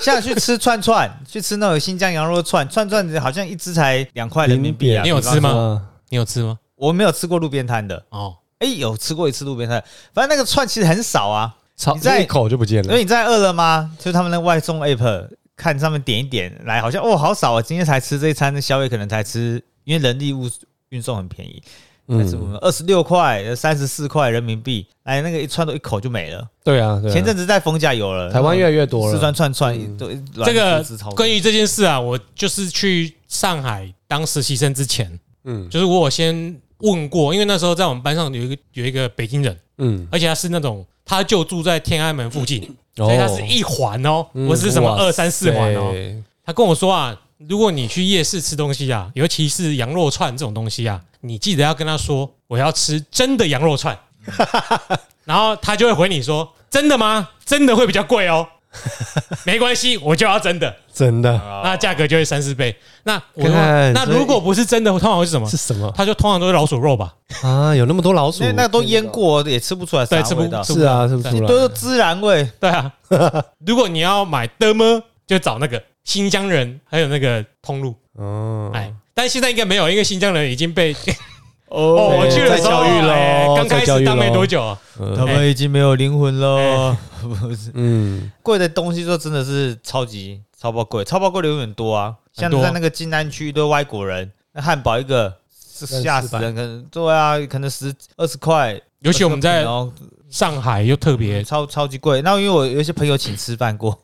Speaker 3: 像去吃串串，去吃那种新疆羊肉串，串串好像一只才两块人民币啊。
Speaker 2: 你有
Speaker 3: 比方
Speaker 2: 吃吗
Speaker 4: 啊
Speaker 2: *laughs* 你有吃吗？
Speaker 3: 我没有吃过路边摊的，
Speaker 2: 哦，
Speaker 3: 哎、有吃过一次路边摊，反正那个串其实很少啊。
Speaker 4: 炒
Speaker 3: 你在
Speaker 4: 一口就不见
Speaker 3: 所
Speaker 4: 了
Speaker 3: 以，你在饿了吗？就是他们那个外送 app 看上面点一点来，好像哦好少啊，今天才吃这一餐的宵夜，可能才吃，因为人力物运送很便宜，
Speaker 4: 嗯
Speaker 3: 但是我们二十六块、三十四块人民币，哎，那个一串都一口就没了。
Speaker 4: 对啊，对啊
Speaker 3: 前阵子在逢甲有了，
Speaker 4: 台湾越来越多
Speaker 3: 四川
Speaker 4: 了，嗯
Speaker 3: 串串都
Speaker 2: 这个关
Speaker 3: 关于
Speaker 2: 于这件事啊，我就是去上海当实习生之前，
Speaker 4: 嗯
Speaker 2: 就是我有先问过，因为那时候在我们班上有一个有一个北京人，
Speaker 4: 嗯，
Speaker 2: 而且他是那种他就住在天安门附近，
Speaker 4: 哦
Speaker 2: 所以他是一环嗯哦，
Speaker 4: 嗯
Speaker 2: 不是什么
Speaker 4: 哇
Speaker 2: 二三四环哦。
Speaker 4: 塞
Speaker 2: 他跟我说啊，如果你去夜市吃东西啊，尤其是羊肉串这种东西啊，你记得要跟他说我要吃真的羊肉
Speaker 4: *laughs*
Speaker 2: 串，然后他就会回你说真的吗？真的会比较贵哦。没关系，我就要真的，
Speaker 4: 真的
Speaker 2: 那价格就会三四倍。那我
Speaker 4: 哦看
Speaker 2: 那
Speaker 4: 所以
Speaker 2: 如果不是真的，通常会是什么
Speaker 4: 是？什么
Speaker 2: 他就通常都是老鼠肉吧？
Speaker 4: 啊？有那么多老鼠
Speaker 3: 那？那都腌过，也吃不出来啥
Speaker 2: 对，吃不
Speaker 3: 味道，
Speaker 2: 吃
Speaker 4: 是
Speaker 2: 不
Speaker 4: 啊，是不是？
Speaker 3: 都是孜然味。
Speaker 2: 对啊，
Speaker 4: *laughs*
Speaker 2: 如果你要买的么，就找那个新疆人，还有那个通路。
Speaker 4: 哦，
Speaker 2: 哎，但现在应该没有，因为新疆人已经被
Speaker 3: 哦
Speaker 2: 哦，我去的
Speaker 4: 再
Speaker 2: 时候
Speaker 4: 教育喽嗯
Speaker 2: 哎刚开
Speaker 4: 再教
Speaker 2: 始
Speaker 4: 育
Speaker 2: 当没
Speaker 4: 喽
Speaker 2: 多久啊，
Speaker 3: 他们已经没有灵魂
Speaker 2: 哎
Speaker 3: 了。
Speaker 4: 嗯，
Speaker 3: 贵的东西就真的是超级超爆贵，超爆贵的有点多啊，像
Speaker 2: 很多
Speaker 3: 在那个金南区一堆外国人，那汉堡一个这吓死人，可能对啊，可能十二十块，
Speaker 2: 尤其我们在
Speaker 3: 然后
Speaker 2: 上海又特别
Speaker 3: 超超级贵。那因为我有一些朋友请吃饭过，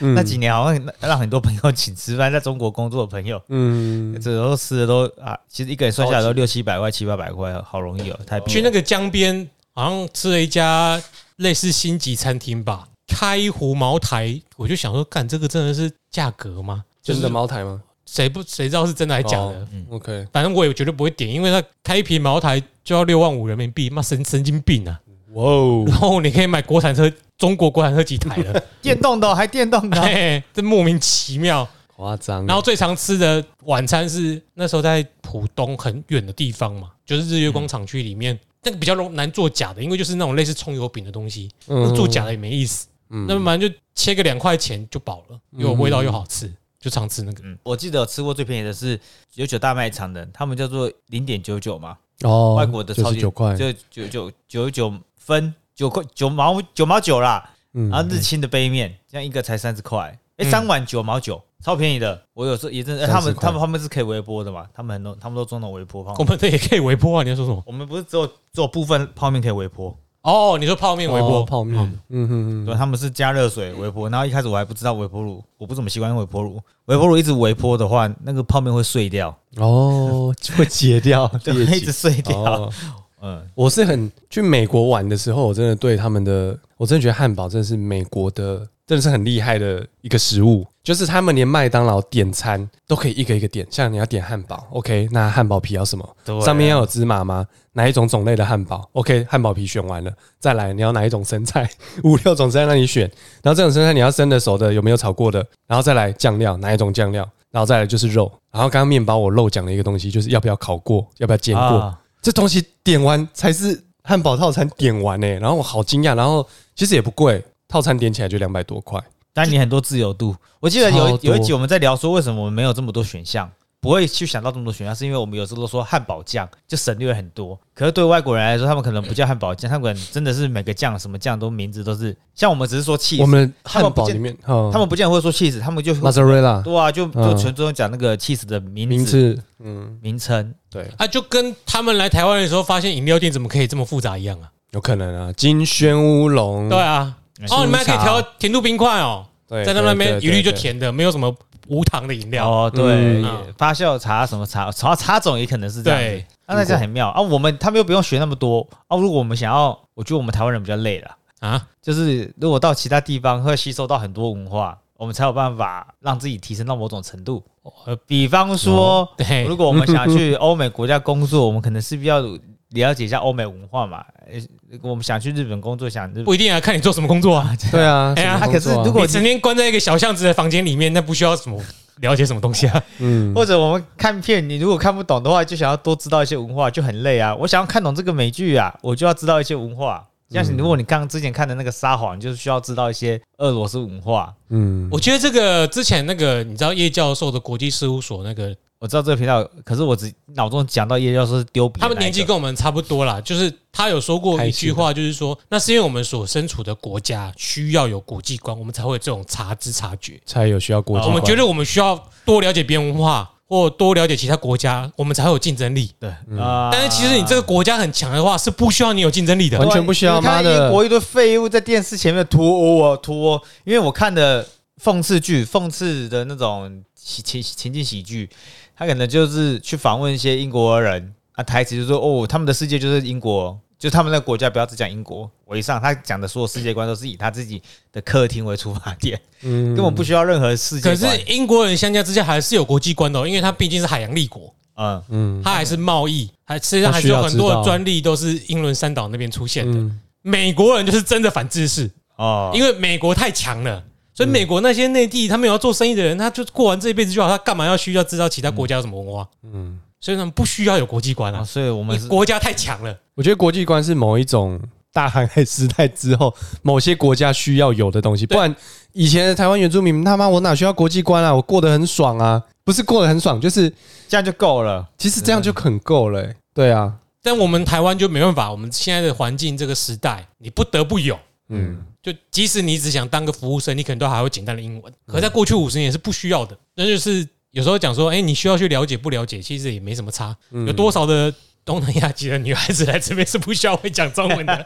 Speaker 4: 嗯
Speaker 3: 那几年好像让很多朋友请吃饭，在中国工作的朋友，
Speaker 4: 嗯，
Speaker 3: 这时候吃的都啊，其实一个人算下来都六七百块、七八百块，好容易哦，台币。
Speaker 2: 去那个江边，好像吃了一家类似星级餐厅吧，开湖茅台，我就想说，干这个真的是价格吗？
Speaker 4: 真的茅台吗
Speaker 2: 谁不谁知道是真的还是假的
Speaker 4: 哦？？OK，
Speaker 2: 反正我也绝对不会点，因为它开一瓶茅台就要六万五人民币，妈神神经病啊！
Speaker 4: 哇哦
Speaker 2: 然，后你可以买国产车，中国国产车几台 *laughs* 了？
Speaker 3: 电动的哦还电动的哦，
Speaker 2: 哎，这莫名其妙。
Speaker 4: 夸张啊。
Speaker 2: 然后最常吃的晚餐是那时候在浦东很远的地方嘛，就是日
Speaker 4: 嗯
Speaker 2: 月光厂区里面，那个比较容难做假的，因为就是那种类似葱油饼的东西，
Speaker 4: 嗯
Speaker 2: 做假的也没意思。
Speaker 4: 嗯
Speaker 2: 那么反正就切个两块钱就饱了，有味道又好吃，就常吃那个。
Speaker 3: 嗯，我记得我吃过最便宜的是九九大卖场的，他们叫做零点九九嘛，
Speaker 4: 哦，
Speaker 3: 外国的超级
Speaker 4: 九块，
Speaker 3: 就九九九九分九块九毛九毛九啦，啊
Speaker 4: 嗯
Speaker 3: 然后日清的杯面，这样一个才三十块，哎，
Speaker 2: 嗯
Speaker 3: 三碗九毛九，超便宜的。我有时候也真的，
Speaker 4: 30
Speaker 3: 他们
Speaker 4: 块
Speaker 3: 他们他们是可以微波的嘛，他们很多他们都做那种微波泡
Speaker 2: 我
Speaker 3: 面，
Speaker 2: 们这也可以微波啊！你要说什么？
Speaker 3: 我们不是只有做部分泡面可以微波，
Speaker 2: 哦，你说泡面微波
Speaker 4: 哦泡面
Speaker 2: 嗯，
Speaker 4: 嗯哼
Speaker 3: 对，
Speaker 4: 哼，
Speaker 3: 他们是加热水微波，然后一开始我还不知道微波炉，我不怎么习惯用微波炉，微波炉一直微波的话，那个泡面会碎掉，
Speaker 4: 哦，会解掉，
Speaker 3: *laughs* 对，
Speaker 4: 裂解
Speaker 3: 一直碎掉，
Speaker 4: 哦
Speaker 3: 嗯，
Speaker 4: 我是很去美国玩的时候，我真的对他们的，我真的觉得汉堡真的是美国的，真的是很厉害的一个食物。就是他们连麦当劳点餐都可以一个一个点，像你要点汉堡，OK，那汉堡皮要什么？
Speaker 3: 对啊
Speaker 4: 上面要有芝麻吗？哪一种种类的汉堡？OK，汉堡皮选完了，再来你要哪一种生菜？ *laughs* 五六种生菜让你选，然后这种生菜你要生的、熟的，有没有炒过的？然后再来酱料，哪一种酱料？然后再来就是肉，然后刚刚面包我漏讲了一个东西，就是要不要烤过，要不要煎过？
Speaker 3: 啊
Speaker 4: 这东西点完才是汉堡套餐点完呢、欸然后我好惊讶，然后其实也不贵，套餐点起来就两百多块，
Speaker 3: 但你很多自由度。我记得有
Speaker 4: 超
Speaker 3: 一
Speaker 4: 多
Speaker 3: 有一集我们在聊说，为什么我们没有这么多选项，不会去想到这么多选项，是因为我们有时候都说汉堡酱就省略很多。可是对外国人来说，他们可能不叫汉堡酱，他们可能真的是每个酱什么酱都名字都是像我们只是说 cheese，
Speaker 4: 我们汉堡里面，哦
Speaker 3: 他们不见得会说 cheese，他们就
Speaker 4: m o z z a r e l l a
Speaker 3: 对啊，就就
Speaker 4: 嗯
Speaker 3: 全都讲那个 cheese 的名字
Speaker 4: 名字，嗯，
Speaker 3: 名称。
Speaker 4: 对，
Speaker 2: 啊，就跟他们来台湾的时候发现饮料店怎么可以这么复杂一样啊。
Speaker 4: 有可能啊，金萱乌龙，
Speaker 2: 对啊，哦，你们还可以调甜度冰块哦，
Speaker 4: 嗯对，
Speaker 2: 在他们那边
Speaker 4: 对
Speaker 2: 一律就，
Speaker 4: 对对
Speaker 2: 甜的，没有什么无糖的饮料。
Speaker 3: 哦，对，
Speaker 2: 嗯
Speaker 3: 也发酵茶什么茶，茶茶种也可能是这样
Speaker 2: 对
Speaker 3: 子。，那那这样很妙啊！我们他们又不用学那么多啊。如果我们想要，我觉得我们台湾人比较累了。
Speaker 2: 啊，
Speaker 3: 就是如果到其他地方会吸收到很多文化，我们才有办法让自己提升到某种程度。呃，比方说， *laughs*
Speaker 2: 对
Speaker 3: 如果我们想去欧美国家工作，我们可能是不是要了解一下欧美文化嘛？呃我们想去日本工作，想日
Speaker 2: 不
Speaker 3: 本
Speaker 2: 一定啊，看你做什么工作啊。
Speaker 4: 对啊，
Speaker 2: 哎呀
Speaker 4: 什么
Speaker 3: 啊可是
Speaker 4: 工作啊
Speaker 3: 如果
Speaker 2: 你整天关在一个小巷子的房间里面，那不需要什么了解什么东西 *laughs* 啊。
Speaker 4: 嗯，
Speaker 3: 或者我们看片，你如果看不懂的话，就想要多知道一些文化，就很累啊。我想要看懂这个美剧啊，我就要知道一些文化。像是如果你刚之前看的那个《撒谎》，你就是需要知道一些俄罗斯文化。
Speaker 4: 嗯，
Speaker 2: 我觉得这个之前那个，你知道叶教授的国际事务所那个，
Speaker 3: 我知道这个频道，可是我只脑中讲到叶教授是丢笔的
Speaker 2: 他
Speaker 3: 那一个，
Speaker 2: 们年纪跟我们差不多啦，就是他有说过一句话，就是说，那是因为我们所身处的国家需要有国际观，我们才会有这种察知察觉。
Speaker 4: 才有需要国
Speaker 2: 哦
Speaker 4: 际
Speaker 2: 我
Speaker 4: 观，
Speaker 2: 们觉得我们需要多了解别人文化，或多了解其他国家，我们才会有竞争力。
Speaker 3: 对
Speaker 4: 嗯
Speaker 3: 啊
Speaker 2: 但是其实你这个国家很强的话，是不需要你有竞争力的
Speaker 4: 完。全不需要
Speaker 3: 你看
Speaker 4: 妈的
Speaker 3: 英国一堆废物在电视前面脱欧啊脱欧，因为我看的讽刺剧、讽
Speaker 4: 嗯
Speaker 3: 刺的那种喜情情境喜剧，他可能就是去访问一些英国人啊，台词就说哦，他们的世界就是英国。就他们那个国家，不要只讲英国为上，他讲的所有世界观都是以他自己的客厅为出发点，
Speaker 4: 嗯
Speaker 3: 根本不需要任何世界
Speaker 2: 可是
Speaker 3: 观。
Speaker 2: 英国人相较之下还是有国际观的哦、因为他毕竟是海洋立国，
Speaker 3: 嗯，
Speaker 4: 嗯
Speaker 2: 他还是贸易，还实际上还是有很多的专利都是英伦三岛那边出现的。
Speaker 4: 嗯啊
Speaker 2: 美国人就是真的反制式，
Speaker 3: 哦，
Speaker 2: 因为美国太强了。所以
Speaker 4: 嗯
Speaker 2: 美国那些内地他们有要做生意的人，他就过完这一辈子就好，他干嘛要需要知道其他国家有什么文化？
Speaker 4: 嗯，
Speaker 2: 所以他们不需要有国际观
Speaker 3: 啊
Speaker 2: 啊，
Speaker 3: 所以我
Speaker 2: 我
Speaker 3: 们是
Speaker 2: 国家太强了。
Speaker 4: 我觉得国际观是某一种大航海时代之后某些国家需要有的东西，不然以前的台湾原住民他妈我哪需要国际观啊？我过得很爽啊，不是过得很爽，就是
Speaker 3: 这样就够了。
Speaker 4: 其实这样就很够了欸、对啊，
Speaker 2: 但我们台湾就没办法，我们现在的环境这个时代，你不得不有。
Speaker 4: 嗯，
Speaker 2: 就即使你只想当个服务生，你可能都还会简单的英文。可在过去五十年是不需要的，那就是有时候讲说，哎、你需要去了解不了解，其实也没什么差。有多少的东南亚籍的女孩子来这边是不需要会讲中文的，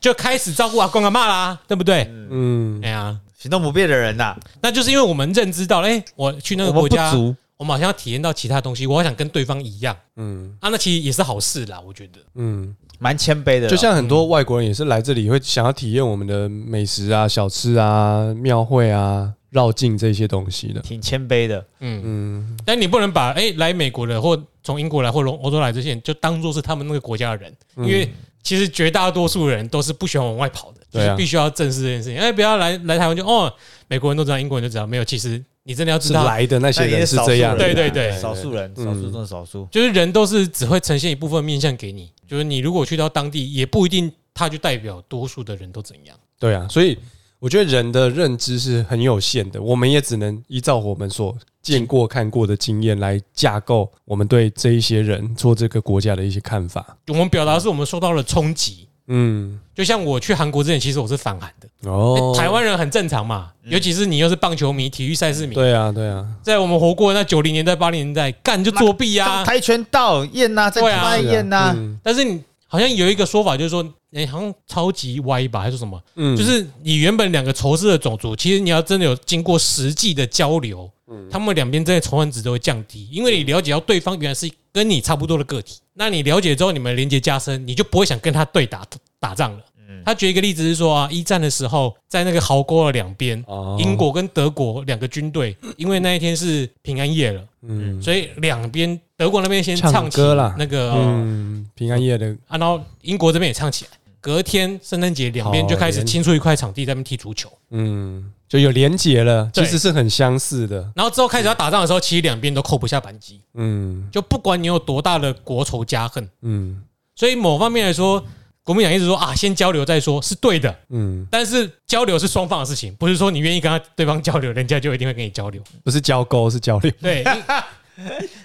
Speaker 2: 就开始照顾阿公阿妈啦，对不对？
Speaker 4: 嗯，
Speaker 2: 哎呀、
Speaker 3: 行动不便的人呐，
Speaker 2: 那就是因为我们认知到了，哎、我去那个
Speaker 3: 我们
Speaker 2: 国
Speaker 3: 不
Speaker 2: 家，我
Speaker 3: 足，
Speaker 2: 们好像要体验到其他东西，我好想跟对方一样
Speaker 4: 嗯
Speaker 2: 啊，那其实也是好事啦，我觉得。
Speaker 4: 嗯，
Speaker 3: 蛮谦卑的啦，啊
Speaker 4: 就像很多外国人也是来这里会想要体验我们的美食啊、小吃啊、庙会啊、绕境这些东西的。
Speaker 3: 挺谦卑的。
Speaker 2: 嗯，
Speaker 4: 嗯，
Speaker 2: 但你不能把哎、来美国的或从英国来或从欧洲来这些人，就当做是他们那个国家的人，因为其实绝大多数人都是不喜欢往外跑的，就
Speaker 4: 嗯对啊
Speaker 2: 是必须要正视这件事情。哎、不要来来台湾就哦，美国人都知道，英国人都知道，没有，其实你真的要知
Speaker 4: 是
Speaker 2: 道，
Speaker 4: 来的那些
Speaker 3: 但也
Speaker 4: 人
Speaker 3: 是
Speaker 4: 是
Speaker 3: 少数
Speaker 4: 这样
Speaker 3: 人啊
Speaker 4: 的，
Speaker 2: 对对对
Speaker 3: 少数人，
Speaker 4: 嗯
Speaker 3: 少数中的少数。
Speaker 2: 就是人都是只会呈现一部分面相给你，就是你如果去到当地，也不一定他就代表多数的人都怎样。
Speaker 4: 对啊，所以我觉得人的认知是很有限的，我们也只能依照我们所见过、看过的经验来架构我们对这一些人、做这个国家的一些看法。
Speaker 2: 我们表达是我们受到了冲击，
Speaker 4: 嗯，
Speaker 2: 就像我去韩国之前，其实我是反韩的。
Speaker 4: 哦嗯
Speaker 2: 台湾人很正常嘛，尤其是你又是棒球迷、体育赛事迷，
Speaker 4: 对啊，对啊，
Speaker 2: 在我们活过那九零年代、八零年代，干就作弊啊
Speaker 3: 当。跆拳道验呐，在
Speaker 2: 对啊
Speaker 3: 台湾验呐，
Speaker 4: 嗯
Speaker 2: 但是你好像有一个说法，就是说，哎，好像超级歪吧，还是什么？
Speaker 4: 嗯
Speaker 2: 就是你原本两个仇视的种族，其实你要真的有经过实际的交流，
Speaker 4: 嗯
Speaker 2: 他们两边真的仇恨值都会降低，因为你了解到对方原来是跟你差不多的个体，那你了解之后，你们连接加深，你就不会想跟他对打打仗了。
Speaker 4: 嗯
Speaker 2: 他举一个例子是说啊，一战的时候，在那个壕沟的两边，
Speaker 4: 哦
Speaker 2: 英国跟德国两个军队，因为那一天是平安夜了，
Speaker 4: 嗯
Speaker 2: 所以两边德国那边先
Speaker 4: 唱
Speaker 2: 唱起
Speaker 4: 歌啦
Speaker 2: 那个、呃
Speaker 4: 嗯，平安夜的
Speaker 2: 啊，然后英国这边也唱起来。隔天圣诞节，两边就开
Speaker 4: 哦
Speaker 2: 始
Speaker 4: 原
Speaker 2: 清出一块场地在那边踢足球，
Speaker 4: 嗯就有连结了，其
Speaker 2: 对
Speaker 4: 实是很相似的。
Speaker 2: 然后之后开始要打仗的时候，其实两边都扣不下扳机，
Speaker 4: 嗯
Speaker 2: 就不管你有多大的国仇家恨，
Speaker 4: 嗯
Speaker 2: 所以某方面来说，国民党一直说啊，先交流再说是对的，
Speaker 4: 嗯，
Speaker 2: 但是交流是双方的事情，不是说你愿意跟他对方交流，人家就一定会跟你交流。
Speaker 4: 不是交沟，是交流，
Speaker 2: 对，哎、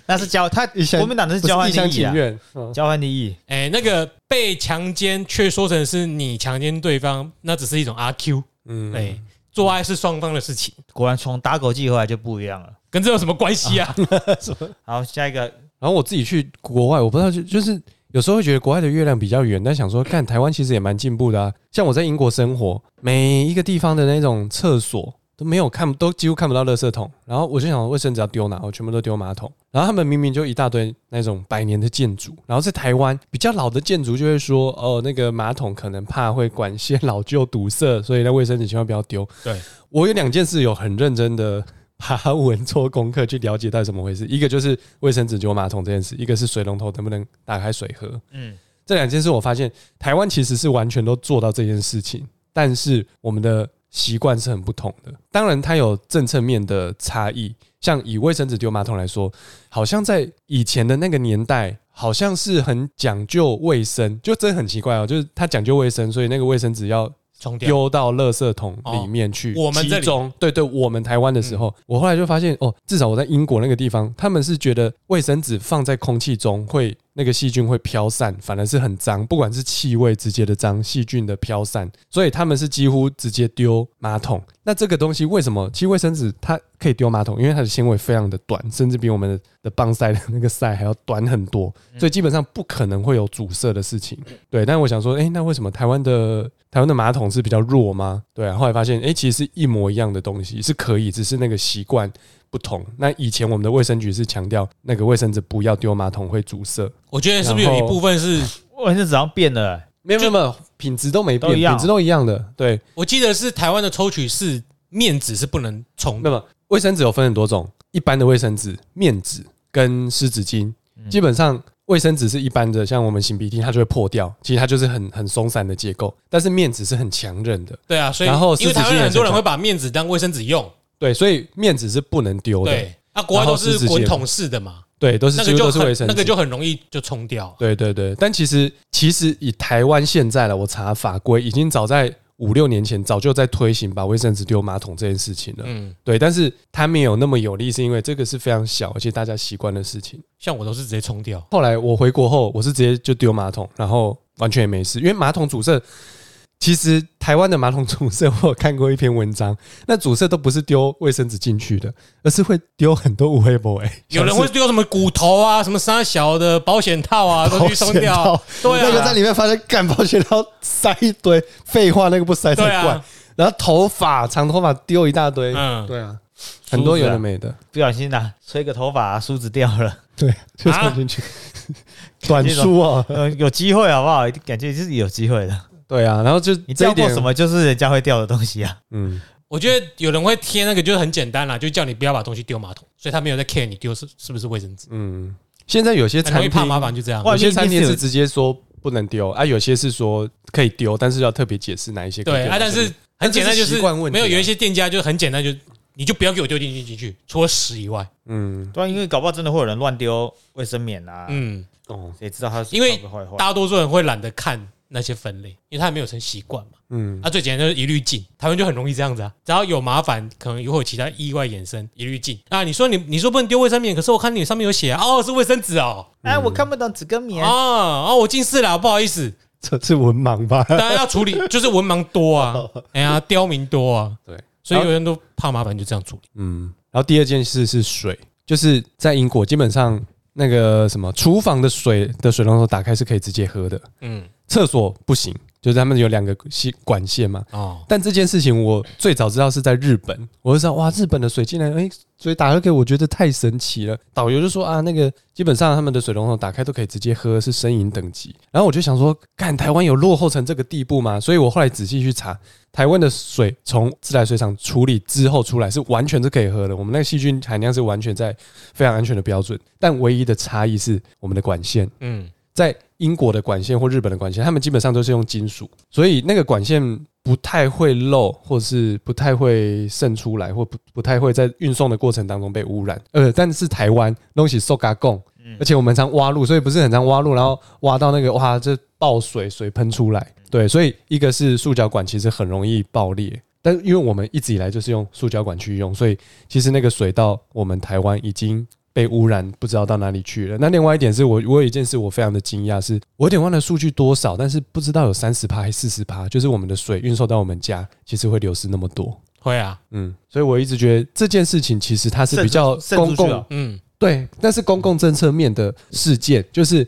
Speaker 3: 那是交他
Speaker 4: 一厢
Speaker 3: 国民党是
Speaker 4: 不
Speaker 3: 交换
Speaker 4: 一厢
Speaker 3: 利益
Speaker 4: 情
Speaker 3: 啊，
Speaker 4: 愿。嗯
Speaker 3: 交换利益。
Speaker 2: 哎那个被强奸却说成是你强奸对方，那只是一种阿 Q。
Speaker 4: 嗯，
Speaker 2: 哎、做爱是双方的事情，
Speaker 3: 果然从打狗记后来就不一样了。
Speaker 2: 跟这有什么关系啊？
Speaker 3: 好，下一个
Speaker 4: 然后我自己去国外，我不知道就就是有时候会觉得国外的月亮比较圆，但想说，看台湾其实也蛮进步的啊。像我在英国生活，每一个地方的那种厕所都没有看，都几乎看不到垃圾桶。然后我就想，卫生纸要丢哪？我全部都丢马桶。然后他们明明就一大堆那种百年的建筑，然后在台湾比较老的建筑就会说，哦，那个马桶可能怕会管线 *laughs* 老旧堵塞，所以那卫生纸千万不要丢。
Speaker 2: 对
Speaker 4: 我有两件事有很认真的爬文做功课去了解到底怎么回事，一个就是卫生纸丢马桶这件事，一个是水龙头能不能打开水喝。
Speaker 3: 嗯
Speaker 4: 嗯，这两件事我发现台湾其实是完全都做到这件事情，但是我们的习惯是很不同的。当然，它有政策面的差异。像以卫生纸丢马桶来说，好像在以前的那个年代，好像是很讲究卫生，就真的很奇怪哦，就是它讲究卫生，所以那个卫生纸要
Speaker 2: 重掉。
Speaker 4: 丢到垃圾桶里面去。
Speaker 2: 哦我们这
Speaker 4: 集
Speaker 2: 里
Speaker 4: 中，对对，我们台湾的时候，我后来就发现哦，至少我在英国那个地方，他们是觉得卫生纸放在空气中会那个细菌会飘散，反而是很脏，不管是气味直接的脏，细菌的飘散，所以他们是几乎直接丢马桶。那这个东西为什么？其实卫生纸它可以丢马桶，因为它的纤维非常的短，甚至比我们的的棒塞的那个塞还要短很多，所以基本上不可能会有阻塞的事情。对，但我想说，哎、那为什么台湾的台湾的马桶是比较弱吗？对啊，后来发现，哎、其实是一模一样的东西，是可以，只是那个习惯不同。那以前我们的卫生局是强调那个卫生纸不要丢马桶会阻塞，
Speaker 2: 我觉得是不是有一部分是，
Speaker 3: 卫生纸好像变了、欸
Speaker 4: 没有没有没有，品质都没变，
Speaker 3: 都一样哦
Speaker 4: 品质都一样的。对，
Speaker 2: 我记得是台湾的抽取是面纸是不能冲
Speaker 4: 那
Speaker 2: 的，
Speaker 4: 么卫生纸有分很多种，一般的卫生纸、面纸跟湿纸巾，
Speaker 3: 嗯
Speaker 4: 基本上。卫生纸是一般的，像我们擤鼻涕，它就会破掉，其实它就是很很松散的结构。但是面纸是很强韧的，
Speaker 2: 对啊，所以
Speaker 4: 然后
Speaker 2: 因为
Speaker 4: 湿纸巾
Speaker 2: 台湾人
Speaker 4: 也
Speaker 2: 很多人
Speaker 4: 是
Speaker 2: 会把面纸当卫生纸用，
Speaker 4: 对，所以面纸是不能丢的。
Speaker 2: 对，啊，国外
Speaker 4: 然
Speaker 2: 都
Speaker 4: 后湿
Speaker 2: 是
Speaker 4: 纸巾
Speaker 2: 滚筒式的嘛，
Speaker 4: 对，都是
Speaker 2: 那
Speaker 4: 几
Speaker 2: 个
Speaker 4: 乎
Speaker 2: 就
Speaker 4: 都是
Speaker 2: 很
Speaker 4: 卫生纸，
Speaker 2: 那个就很容易就冲掉。
Speaker 4: 对对对。但其实其实以台湾现在了，我查法规已经早在五六年前早就在推行把卫生纸丢马桶这件事情了。
Speaker 2: 嗯，
Speaker 4: 对，但是它没有那么有力，是因为这个是非常小而且大家习惯的事情。
Speaker 2: 像我都是直接冲掉。
Speaker 4: 后来我回国后，我是直接就丢马桶，然后完全也没事，因为马桶阻塞其实台湾的马桶 *laughs* 阻塞，我有看过一篇文章，那阻塞都不是丢卫生纸进去的，而是会丢很多无黑不哎，
Speaker 2: 有人会丢什么骨头啊、什么沙小的保险套啊，
Speaker 4: *laughs*
Speaker 2: 都去
Speaker 4: 像
Speaker 2: 冲
Speaker 4: 是保险
Speaker 2: 掉
Speaker 4: 套
Speaker 2: 啊。，对
Speaker 4: *laughs* 那个在
Speaker 2: 啊，
Speaker 4: 里面发现干保险套塞一堆，废话那个不塞才
Speaker 2: 对啊
Speaker 4: 怪。然后头发长头发丢一大堆，
Speaker 2: 嗯
Speaker 4: 对啊，很多有的没的，
Speaker 3: 不小心啊，吹个头发、梳子掉 *laughs* 了。
Speaker 4: 对，就
Speaker 2: 啊
Speaker 4: 冲进去， *laughs* 短粗啊，
Speaker 3: 呃，有机会好不好？感觉就是有机会的。
Speaker 4: 对啊，然后就
Speaker 3: 你
Speaker 4: 这
Speaker 3: 掉过
Speaker 4: 一点
Speaker 3: 什？么，就是人家会掉的东西啊。
Speaker 4: 嗯，
Speaker 2: 我觉得有人会贴那个，就是很简单啦，就叫你不要把东西丢马桶，所以他没有在 care 你丢是是不是卫生纸，
Speaker 4: 嗯，现在有些
Speaker 2: 很容
Speaker 4: 产
Speaker 2: 易
Speaker 4: 品
Speaker 2: 怕麻烦就这样。
Speaker 4: 有些
Speaker 3: 外
Speaker 4: 餐
Speaker 3: 面一定
Speaker 4: 厅
Speaker 3: 是有
Speaker 4: 是直接说不能丢啊，有些是说可以丢，但是要特别解释哪一些可以
Speaker 2: 对
Speaker 4: 丢
Speaker 2: 啊，但是很简单，就
Speaker 4: 但这是习
Speaker 2: 是
Speaker 4: 惯问题啊
Speaker 2: 没有有一些店家就很简单，就你就不要给我丢进去进去，除了屎以外，
Speaker 4: 嗯
Speaker 3: 对啊，因为搞不好真的会有人乱丢卫生棉啊。嗯，
Speaker 2: 嗯，
Speaker 4: 哦
Speaker 3: 谁知道他是
Speaker 2: 因为
Speaker 3: 搞个坏坏
Speaker 2: 大多数人会懒得看那些分类，因为他没有成习惯嘛。
Speaker 4: 嗯
Speaker 2: 啊，最简单就是一律禁，台湾就很容易这样子啊。只要有麻烦，可能又会有其他意外衍生，一律禁啊。你说你你说不能丢卫生棉，可是我看你上面有写啊哦，是卫生纸哦，
Speaker 3: 哎，我看不懂纸跟棉
Speaker 2: 啊，哦，我近视了，不好意思。
Speaker 4: 这是文盲吧？
Speaker 2: 当然要处理，就是文盲多啊，哎呀，刁民多啊，
Speaker 4: 对，
Speaker 2: 所以有人都怕麻烦，就这样处理。
Speaker 4: 嗯，然后第二件事是水，就是在英国基本上那个什么厨房的水的水龙头打开是可以直接喝的，
Speaker 2: 嗯，
Speaker 4: 厕所不行，就是他们有两个线管线嘛。
Speaker 2: 哦，
Speaker 4: 但这件事情我最早知道是在日本，我就知道哇，日本的水竟然哎、所以打开给我觉得太神奇了。导游就说啊，那个基本上他们的水龙头打开都可以直接喝，是生饮等级。然后我就想说，干台湾有落后成这个地步吗？所以我后来仔细去查，台湾的水从自来水厂处理之后出来是完全是可以喝的，我们那个细菌含量是完全在非常安全的标准。但唯一的差异是我们的管线。
Speaker 2: 嗯，
Speaker 4: 在英国的管线或日本的管线，他们基本上都是用金属，所以那个管线不太会漏，或是不太会渗出来，或不不太会在运送的过程当中被污染。呃，但是台湾东西受嘎贡，而且我们常挖路，所以不是很常挖路，然后挖到那个哇，这爆水，水喷出来。嗯对，所以一个是塑胶管其实很容易爆裂，但因为我们一直以来就是用塑胶管去用，所以其实那个水到我们台湾已经被污染，不知道到哪里去了。那另外一点是我，我有一件事我非常的惊讶，是我有点忘了数据多少，但是不知道有三十趴还四十趴，就是我们的水运送到我们家，其实会流失那么多。
Speaker 2: 会啊，
Speaker 4: 嗯，所以我一直觉得这件事情其实它是
Speaker 3: 渗
Speaker 4: 比
Speaker 3: 出
Speaker 4: 较
Speaker 3: 渗出
Speaker 4: 公
Speaker 3: 去啊
Speaker 4: 共
Speaker 3: 了
Speaker 2: 嗯，
Speaker 4: 对，但是公共政策面的事件，就是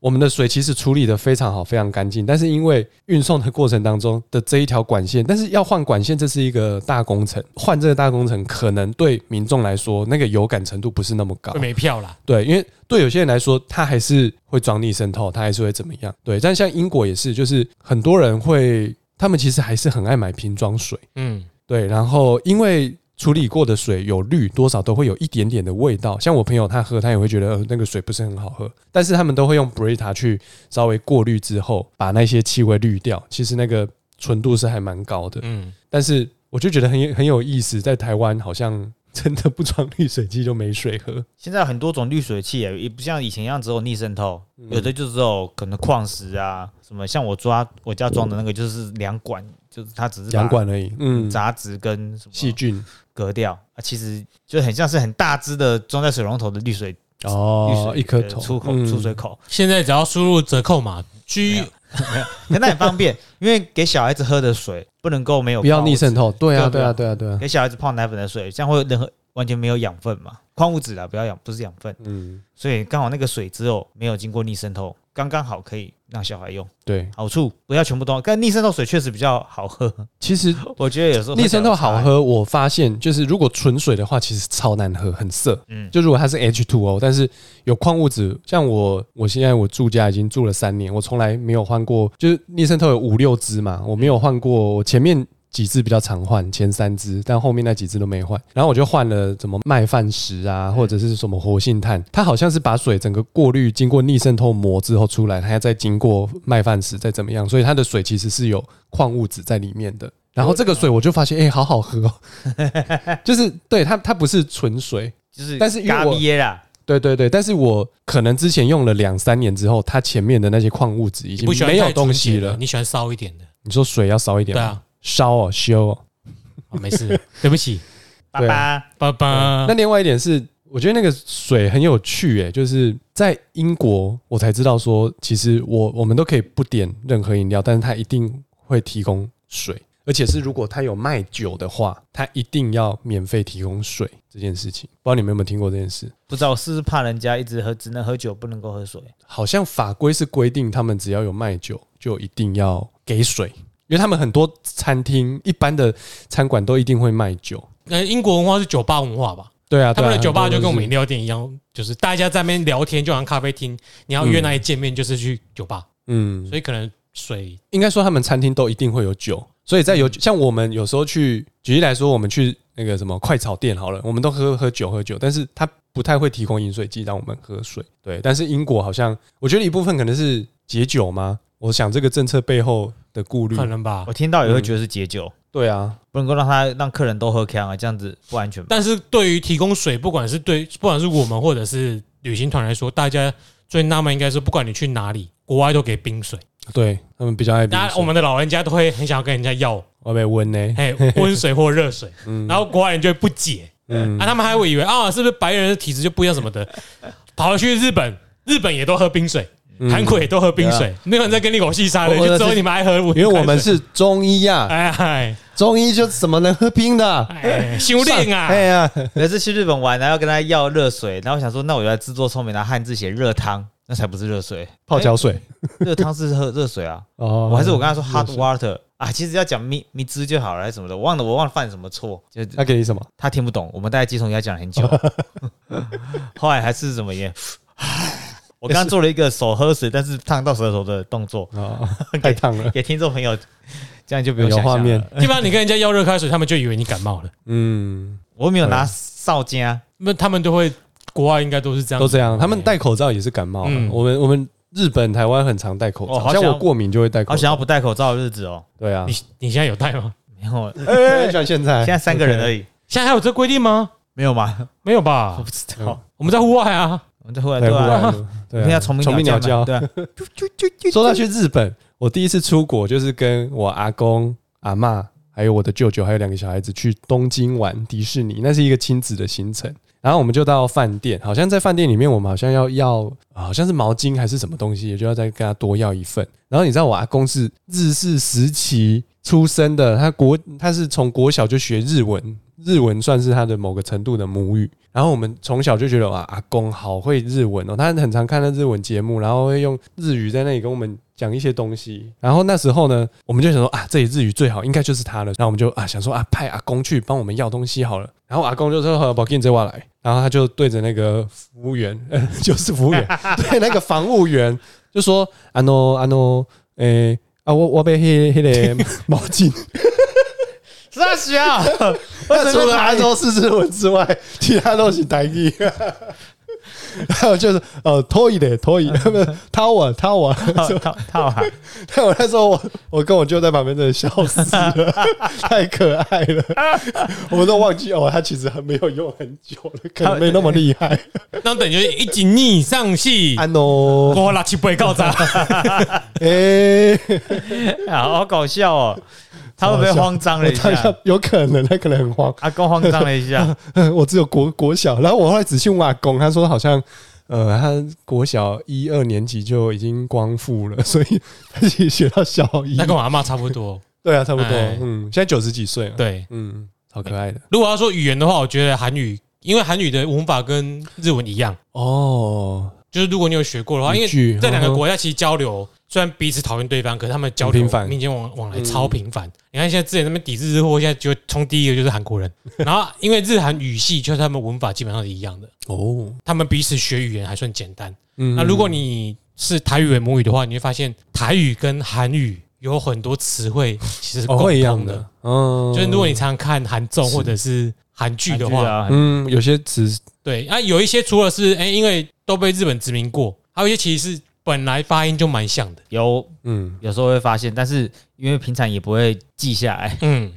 Speaker 4: 我们的水其实处理的非常好，非常干净，但是因为运送的过程当中的这一条管线，但是要换管线，这是一个大工程，换这个大工程可能对民众来说那个有感程度不是那么高
Speaker 2: 会，没票啦。
Speaker 4: 对，因为对有些人来说，他还是会装逆渗透，他还是会怎么样？对，但像英国也是，就是很多人会，他们其实还是很爱买瓶装水。
Speaker 2: 嗯，
Speaker 4: 对，然后因为处理过的水有氯，多少都会有一点点的味道。像我朋友他喝，他也会觉得、呃、那个水不是很好喝，但是他们都会用 Brita 去稍微过滤之后，把那些气味滤掉。其实那个纯度是还蛮高的，
Speaker 2: 嗯，
Speaker 4: 但是我就觉得很很有意思，在台湾好像真的不装滤水器就没水喝。
Speaker 3: 现在有很多种滤水器耶也不像以前一样只有逆渗透，
Speaker 4: 嗯
Speaker 3: 有的就只有可能矿石啊什么。像我抓我家装的那个就是两管，就是它只是把
Speaker 4: 两管而已，嗯，
Speaker 3: 杂质跟什
Speaker 4: 细
Speaker 3: 么
Speaker 4: 菌
Speaker 3: 隔掉啊，其实就很像是很大只的装在水龙头的滤水
Speaker 4: 哦，
Speaker 3: 滤水
Speaker 4: 一颗
Speaker 3: 的
Speaker 4: 头
Speaker 3: 出口
Speaker 4: 嗯
Speaker 3: 出水口，
Speaker 2: 现在只要输入折扣码 G，
Speaker 3: 可那很方
Speaker 4: *laughs*
Speaker 3: 便，因为给小孩子喝的水不能够没有
Speaker 4: 不要
Speaker 3: 矿物
Speaker 4: 逆
Speaker 3: 质
Speaker 4: 渗透，对啊，
Speaker 3: 对
Speaker 4: 对
Speaker 3: 啊
Speaker 4: 啊，对啊，对啊，
Speaker 3: 给小孩子泡奶粉的水，这样会有任何完全没有养分嘛，矿物质啊，不要养，不是养分，
Speaker 4: 嗯，
Speaker 3: 所以刚好那个水只有没有经过逆渗透，刚刚好可以让小孩用，
Speaker 4: 对，
Speaker 3: 好处不要全部都，但逆渗透水确实比较好喝， *laughs*
Speaker 4: 其实
Speaker 3: 我觉得有时候
Speaker 4: 逆渗透好
Speaker 3: 喝，
Speaker 4: 喝，我发现就是如果纯水的话，其实超难喝，很涩。
Speaker 3: 嗯，
Speaker 4: 就如果它是 H2O，但是有矿物质，像我我现在我住家已经住了三年，我从来没有换过，就是逆渗透有五六支嘛，我没有换过，我前面。几支比较常换，前三支，但后面那几支都没换。然后我就换了什么麦饭石啊，
Speaker 3: 嗯
Speaker 4: 或者是什么活性炭，它好像是把水整个过滤，经过逆渗透膜之后出来，它再经过麦饭石再怎么样，所以它的水其实是有矿物质在里面的。然后这
Speaker 2: 啊
Speaker 4: 个水我就发现，哎、好好喝哦，
Speaker 2: *laughs*
Speaker 4: 就是对它它不是纯水，
Speaker 3: 就是
Speaker 4: 但是因为
Speaker 3: 咖
Speaker 4: 我
Speaker 3: 喱耶啦，
Speaker 4: 对对对，但是我可能之前用了两三年之后，它前面的那些矿物质已
Speaker 2: 你
Speaker 4: 经
Speaker 2: 不喜欢
Speaker 4: 没有
Speaker 2: 太
Speaker 4: 东
Speaker 2: 纯
Speaker 4: 西
Speaker 2: 洁
Speaker 4: 了
Speaker 2: 的。你喜欢骚一点的，
Speaker 4: 你说水要少一点
Speaker 2: 对
Speaker 4: 吗，
Speaker 2: 啊，
Speaker 4: 烧哦，修哦。
Speaker 2: 哦没事， *laughs* 对不起，
Speaker 4: 啊
Speaker 3: 爸爸，
Speaker 2: 拜拜
Speaker 4: 那。另外一点是，我觉得那个水很有趣、诶，就是在英国我才知道说，其实我我们都可以不点任何饮料，但是它一定会提供水，而且是如果他有卖酒的话，他一定要免费提供水这件事情。不知道你们有没有听过这件事？
Speaker 3: 不知道是不是怕人家一直喝，只能喝酒不能够喝水，
Speaker 4: 好像法规是规定，他们只要有卖酒，就一定要给水，因为他们很多餐厅、一般的餐馆都一定会卖酒。
Speaker 2: 那呃英国文化是酒吧文化吧？
Speaker 4: 对啊，
Speaker 2: 他
Speaker 4: 对啊
Speaker 2: 们的酒吧
Speaker 4: 很多
Speaker 2: 就
Speaker 4: 都
Speaker 2: 跟我们
Speaker 4: 是
Speaker 2: 饮料店一样，就是大家在那边聊天，就好像咖啡厅，你要约
Speaker 4: 嗯
Speaker 2: 那里见面就是去酒吧，
Speaker 4: 嗯，
Speaker 2: 所以可能水
Speaker 4: 应该说他们餐厅都一定会有酒，所以在有像我们有时候去，举例来说，我们去那个什么快炒店好了，我们都喝喝酒喝酒，但是他不太会提供饮水机让我们喝水。对，但是英国好像，我觉得一部分可能是解酒吗？我想这个政策背后的顾虑
Speaker 2: 可，能吧
Speaker 3: 我。
Speaker 4: 嗯
Speaker 3: 听到也会觉得是解酒，
Speaker 4: 对啊，
Speaker 3: 不能够让他让客人都喝 K 啊，这样子不安全吧。
Speaker 2: 但是对于提供水，不管是对不管是我们或者是旅行团来说，大家最纳闷应该是，不管你去哪里，国外都给冰水，
Speaker 4: 对他们比较爱冰
Speaker 2: 大家
Speaker 4: 水，
Speaker 2: 我们的老人家都会很想要跟人家
Speaker 4: *laughs*
Speaker 2: 要，
Speaker 4: 我被温呢，
Speaker 2: 哎，温水或热水，
Speaker 4: *laughs* 嗯
Speaker 2: 然后国外人就会不解，
Speaker 4: 嗯
Speaker 2: 啊，他们还会以为啊，是不是白人的体质就不一样什么的，跑了去日本，日本也都喝冰水，
Speaker 4: 嗯
Speaker 2: 韩国也都喝冰水，没有人在跟你口细沙的，
Speaker 4: 啊我
Speaker 2: 就只有你们爱喝温开
Speaker 4: 因
Speaker 2: 水。
Speaker 4: 为我们是中医呀，
Speaker 2: 哎哎
Speaker 4: 中医就怎么能喝冰的？
Speaker 2: 哎，修炼啊
Speaker 4: 哎，呀，
Speaker 3: 每次去日本玩，然后跟他要热水，然后我想说，那我就来自作聪明，拿汉字写热汤，那才不是热水，
Speaker 4: 泡脚水
Speaker 3: 热汤是喝热水啊。
Speaker 4: 哦
Speaker 3: 我还是我跟他说 hot water 啊，其实要讲蜜蜜汁就好了，还是什么的，我忘了我忘了犯什么错，就
Speaker 4: 他给你什么？
Speaker 3: 他听不懂，我们大概鸡同鸭讲了很
Speaker 4: *laughs*
Speaker 3: 久，后来还是怎么也。我刚刚做了一个手喝水，但是烫到舌头的动
Speaker 4: *laughs*
Speaker 3: 作，
Speaker 4: 哦，太烫了，
Speaker 3: 给听众朋友，这样就不用
Speaker 4: 有
Speaker 3: 想象
Speaker 4: 画面
Speaker 3: 了。
Speaker 2: 基本上你跟人家要热开水，他们就以为你感冒了，
Speaker 4: 嗯。
Speaker 3: 我没有拿扫啊家，
Speaker 2: 那他们都会，国外应该都是
Speaker 3: 嗯
Speaker 2: 这样，
Speaker 4: 都这样，他们戴口罩也是感冒啊、
Speaker 2: 嗯
Speaker 4: 我们我们日本、台湾很常戴口罩，
Speaker 3: 哦好
Speaker 4: 像
Speaker 3: 想
Speaker 4: 我过敏就会戴口
Speaker 3: 好想
Speaker 4: 罩。
Speaker 3: 要不戴口罩的日子哦。
Speaker 4: 对啊
Speaker 2: 你，
Speaker 4: *laughs*
Speaker 2: 你现在有带吗？
Speaker 3: 没有，
Speaker 4: 哎，像现在
Speaker 3: 现在三个人而已，
Speaker 2: 现在还有这规定吗？
Speaker 3: 没有吗？
Speaker 2: 没有
Speaker 3: 我
Speaker 2: 吧？
Speaker 3: 不知道。
Speaker 2: 我们在户外啊，
Speaker 3: 我们在户外
Speaker 4: 对
Speaker 3: 对
Speaker 4: 户外
Speaker 3: 啊，
Speaker 4: 路
Speaker 3: 你
Speaker 4: 对
Speaker 3: 看
Speaker 4: 啊，
Speaker 3: 虫鸣
Speaker 4: 虫鸣鸟
Speaker 3: 叫嘛
Speaker 4: 叫。
Speaker 3: 对啊，
Speaker 4: 说到去日本，我第一次出国就是跟我阿公、阿嬷，还有我的舅舅，还有两个小孩子去东京玩迪士尼，那是一个亲子的行程。然后我们就到饭店，好像在饭店里面，我们好像要要，好像是毛巾还是什么东西，也就要再跟他多要一份。然后你知道我阿公是日式时期出生的，他国他是从国小就学日文，日文算是他的某个程度的母语。然后我们从小就觉得哇，阿公好会日文哦，他很常看到日文节目，然后会用日语在那里跟我们讲一些东西。然后那时候呢，我们就想说啊，这里日语最好，应该就是他了。然后我们就啊想说啊，派阿公去帮我们要东西好了。然后阿公就说好：“宝金这话来。”然后他就对着那个服务员， *laughs* 呃，就是服务员，对那个防务员就说：“啊喏啊喏，诶、啊我我被黑黑个毛巾。”
Speaker 3: 啥
Speaker 4: *laughs*
Speaker 3: 小？
Speaker 4: 那除了阿州是日文之外，其他都是台语。还有就是呃，拖一点，拖一，不是 *laughs* 掏我，掏我。
Speaker 3: 套
Speaker 4: *laughs*
Speaker 3: 套套啊！
Speaker 4: 但我那时候我我跟我舅在旁边真的笑死了，太可爱了。 *laughs* 我们都忘记哦，他其实还没有用很久了，可能没那么厉害。
Speaker 2: 那等于就是一起逆上戏，*laughs*
Speaker 4: 安哦，
Speaker 2: 我拉七杯告砸。
Speaker 4: *laughs* 哎，
Speaker 3: 好搞笑哦，他会不会慌张了一
Speaker 4: 他
Speaker 3: 下？
Speaker 4: 有可能，他可能很慌。 *laughs*
Speaker 3: 阿公慌张了一下，
Speaker 4: 嗯，我只有国国小，然后我后来仔细问阿公，他说好像呃，他国小一二年级就已经光复了，所以他其实学到小一
Speaker 2: 那。跟我阿妈差不
Speaker 4: *laughs*
Speaker 2: 多。
Speaker 4: 对啊，差不多，
Speaker 2: 哎
Speaker 4: 嗯，现在九十几岁了，，
Speaker 2: 对，
Speaker 4: 嗯，好可爱的
Speaker 2: 如果要说语言的话，我觉得韩语，因为韩语的文法跟日文一样，
Speaker 4: 哦，
Speaker 2: 就是如果你有学过的话，因
Speaker 4: 一
Speaker 2: 为
Speaker 4: 句
Speaker 2: 这两个
Speaker 4: 呵呵
Speaker 2: 国家其实交流虽然彼此讨厌对方，可是他们交流
Speaker 4: 很频繁
Speaker 2: 民间往往来超频繁。你看现在之前那边抵制日货，现在就冲第一个就是韩
Speaker 4: *laughs*
Speaker 2: 国人，然后因为日韩语系就是他们文法基本上是一样的，
Speaker 4: 哦，
Speaker 2: 他们彼此学语言还算简单。
Speaker 4: 嗯
Speaker 2: 那如果你是台语为母语的话，你会发现台语跟韩语有很多词汇其实是
Speaker 4: 哦
Speaker 2: 共
Speaker 4: 会一
Speaker 2: 通
Speaker 4: 样
Speaker 2: 的
Speaker 4: 的，，嗯，
Speaker 2: 就是如果你常常看韩综或者是韩剧的话，
Speaker 3: 啊，
Speaker 4: 嗯，有些词
Speaker 2: 对啊，有一些除了是哎、因为都被日本殖民过，还有一些其实是本来发音就蛮像的。
Speaker 3: 有
Speaker 4: 嗯，
Speaker 3: 有时候会发现，但是因为平常也不会记下来， *laughs*
Speaker 2: 嗯，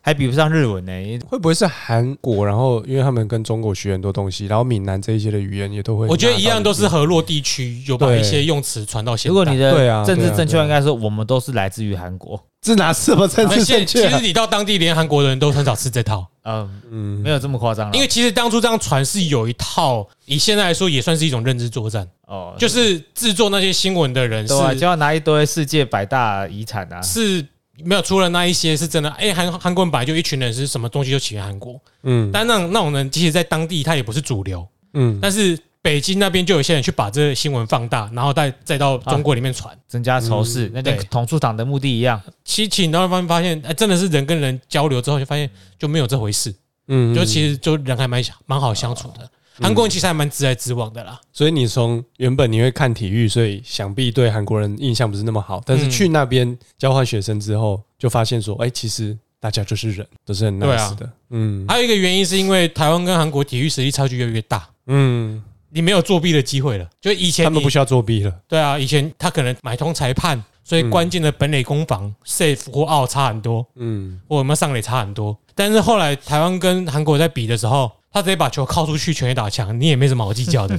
Speaker 3: 还比不上日文呢。
Speaker 4: 会不会是韩国？然后因为他们跟中国学很多东西，然后闽南这一些的语言也都会，
Speaker 2: 我觉得一样都是河洛地区有把
Speaker 4: 对
Speaker 2: 一些用词传到现
Speaker 3: 如果你
Speaker 2: 代。
Speaker 4: 对
Speaker 3: 的
Speaker 4: 啊
Speaker 3: 政治正确，
Speaker 4: 对啊对啊
Speaker 3: 应该说我们都是来自于韩国，
Speaker 4: 这哪是什么政
Speaker 2: 那
Speaker 4: 治
Speaker 2: 现
Speaker 4: 正确
Speaker 2: 其实
Speaker 4: 啊？
Speaker 2: 你到当地，连韩国人都很少吃这套，
Speaker 3: 嗯，
Speaker 4: 嗯
Speaker 3: 没有这么夸张了，
Speaker 2: 因为其实当初这样传是有一套，以现在来说也算是一种认知作战，
Speaker 3: 哦，
Speaker 2: 就是制作那些新闻的人
Speaker 3: 对啊，就是要拿一堆世界百大遗产啊，
Speaker 2: 是没有，除了那一些是真的，哎、韩韩国人本来就一群人是什么东西就起源韩国，
Speaker 4: 嗯
Speaker 2: 但那种那种人其实在当地他也不是主流，
Speaker 4: 嗯，
Speaker 2: 但是北京那边就有些人去把这个新闻放大，然后再再到中国里面
Speaker 4: 啊
Speaker 2: 传。
Speaker 3: 增加仇视，那跟
Speaker 2: 嗯对
Speaker 3: 同促党的目的一
Speaker 2: *laughs*
Speaker 3: 样。
Speaker 2: 其实你到那方面发现，哎、真的是人跟人交流之后，就发现就没有这回事，
Speaker 4: 嗯，
Speaker 2: 就其实就人还蛮蛮好相处的。韩国人其实还蛮直来直往的啦，
Speaker 4: 所以你从原本你会看体育，所以想必对韩国人印象不是那么好。但是
Speaker 2: 嗯
Speaker 4: 去那边交换学生之后，就发现说，哎、其实大家就是人，都是很
Speaker 2: 对啊
Speaker 4: nice 的。嗯
Speaker 2: 还有一个原因是因为台湾跟韩国体育实力差距越来越大，
Speaker 4: 嗯，
Speaker 2: 你没有作弊的机会了。就以前
Speaker 4: 他们
Speaker 2: 你
Speaker 4: 不需要作弊了。
Speaker 2: 对啊，以前他可能买通裁判，所以关键的本垒攻防、safe 或 out 差很多，
Speaker 4: 嗯
Speaker 2: 或有没有上垒差很多。但是后来台湾跟韩国在比的时候，他直接把球靠出去，全垒打墙，你也没什么好计较
Speaker 3: *laughs*
Speaker 2: 的。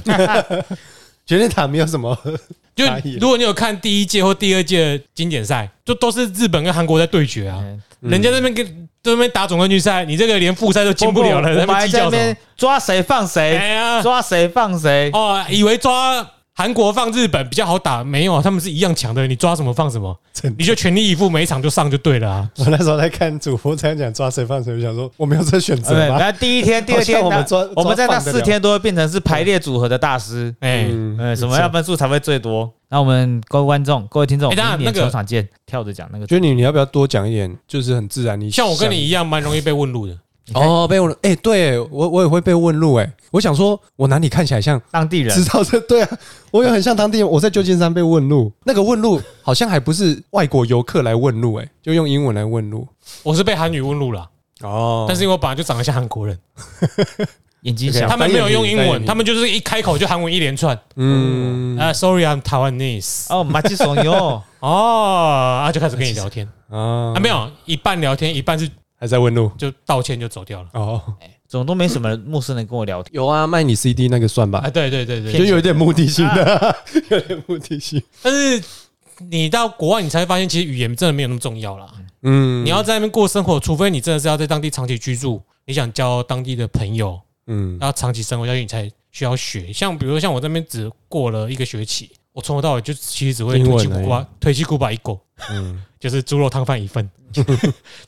Speaker 4: 绝对塔没有什么，
Speaker 2: 就
Speaker 4: 差异
Speaker 2: 如果你有看第一届或第二届的经典赛，就都是日本跟韩国在对决啊，
Speaker 3: 嗯
Speaker 2: 人家那边跟在那边打总冠军赛，你这个连复赛都进不了了，
Speaker 3: 我
Speaker 2: 在
Speaker 3: 们
Speaker 2: 那
Speaker 3: 还
Speaker 2: 边计
Speaker 3: 在
Speaker 2: 较
Speaker 3: 那
Speaker 2: 什么
Speaker 3: 边？抓谁放
Speaker 2: 哎
Speaker 3: 谁，
Speaker 2: 呀，
Speaker 3: 抓谁放谁。
Speaker 2: 哦，以为抓韩国放日本比较好打，没有，啊他们是一样强的，你抓什么放什么
Speaker 4: 真的，
Speaker 2: 你就全力以赴，每一场就上就对了啊。
Speaker 4: *laughs* 我那时候在看主播这样讲抓谁放谁，我想说我没有这选择
Speaker 3: 对，
Speaker 4: 吧。
Speaker 3: 那第一天、第二
Speaker 4: 好
Speaker 3: 天，
Speaker 4: 像我们
Speaker 3: 那
Speaker 4: 抓
Speaker 3: 我们在那
Speaker 4: 抓放得
Speaker 3: 四
Speaker 4: 了
Speaker 3: 天都会变成是排列组合的大师。
Speaker 2: 哎、
Speaker 4: 嗯
Speaker 3: 呃，什么样分数才会最多？那我们各位观众、各位听众，
Speaker 2: 哎等一下
Speaker 3: 明年
Speaker 2: 那个
Speaker 3: 球场见。跳着讲那个，
Speaker 4: 觉得你你要不要多讲一点？就是很自然，你
Speaker 2: 像我跟你一样，蛮容易被问路的。
Speaker 4: 哦被问，哎、对我我也会被问路哎、我想说我哪里看起来像
Speaker 3: 当地人
Speaker 4: 知道这对啊，我也很像当地人。我在旧金山被问路，那个问路好像还不是外国游客来问路、欸，就用英文来问路。
Speaker 2: 我是被韩语问路啦，
Speaker 4: 哦
Speaker 2: 但是因为我本来就长得像韩国人，
Speaker 3: 眼睛
Speaker 4: OK
Speaker 3: 小
Speaker 2: 他，们没有用英
Speaker 4: 单眼
Speaker 2: 文，
Speaker 4: 皮
Speaker 2: 他们就是一开口就韩文一连串。
Speaker 4: 嗯
Speaker 2: 啊，sorry，I'm Taiwanese。
Speaker 3: 哦，马吉索 *laughs* 牛，
Speaker 2: 哦，啊，就开始跟你聊天
Speaker 4: 啊
Speaker 2: 啊，没有一半聊天，一半是
Speaker 4: 还在问路
Speaker 2: 就道歉就走掉了
Speaker 4: 哦，
Speaker 3: 总都没什么陌生人跟我聊天。
Speaker 4: 有啊，卖你 CD 那个算吧啊
Speaker 2: 啊。，对对对对
Speaker 4: 就，有一点目的性的， *laughs* 有点目的性。
Speaker 2: 但是你到国外，你才会发现其实语言真的没有那么重要啦。
Speaker 4: 嗯
Speaker 2: 你要在那边过生活，除非你真的是要在当地长期居住，你想交当地的朋友，
Speaker 4: 嗯
Speaker 2: 然后长期生活下去，你才需要学。像比如说像我这边只过了一个学期，我从头到尾就其实只会
Speaker 4: 英
Speaker 2: 推
Speaker 4: 文
Speaker 2: 起古
Speaker 4: 而
Speaker 2: 巴，推起古巴一狗，
Speaker 4: 嗯
Speaker 2: *laughs* 就是猪肉汤饭一份，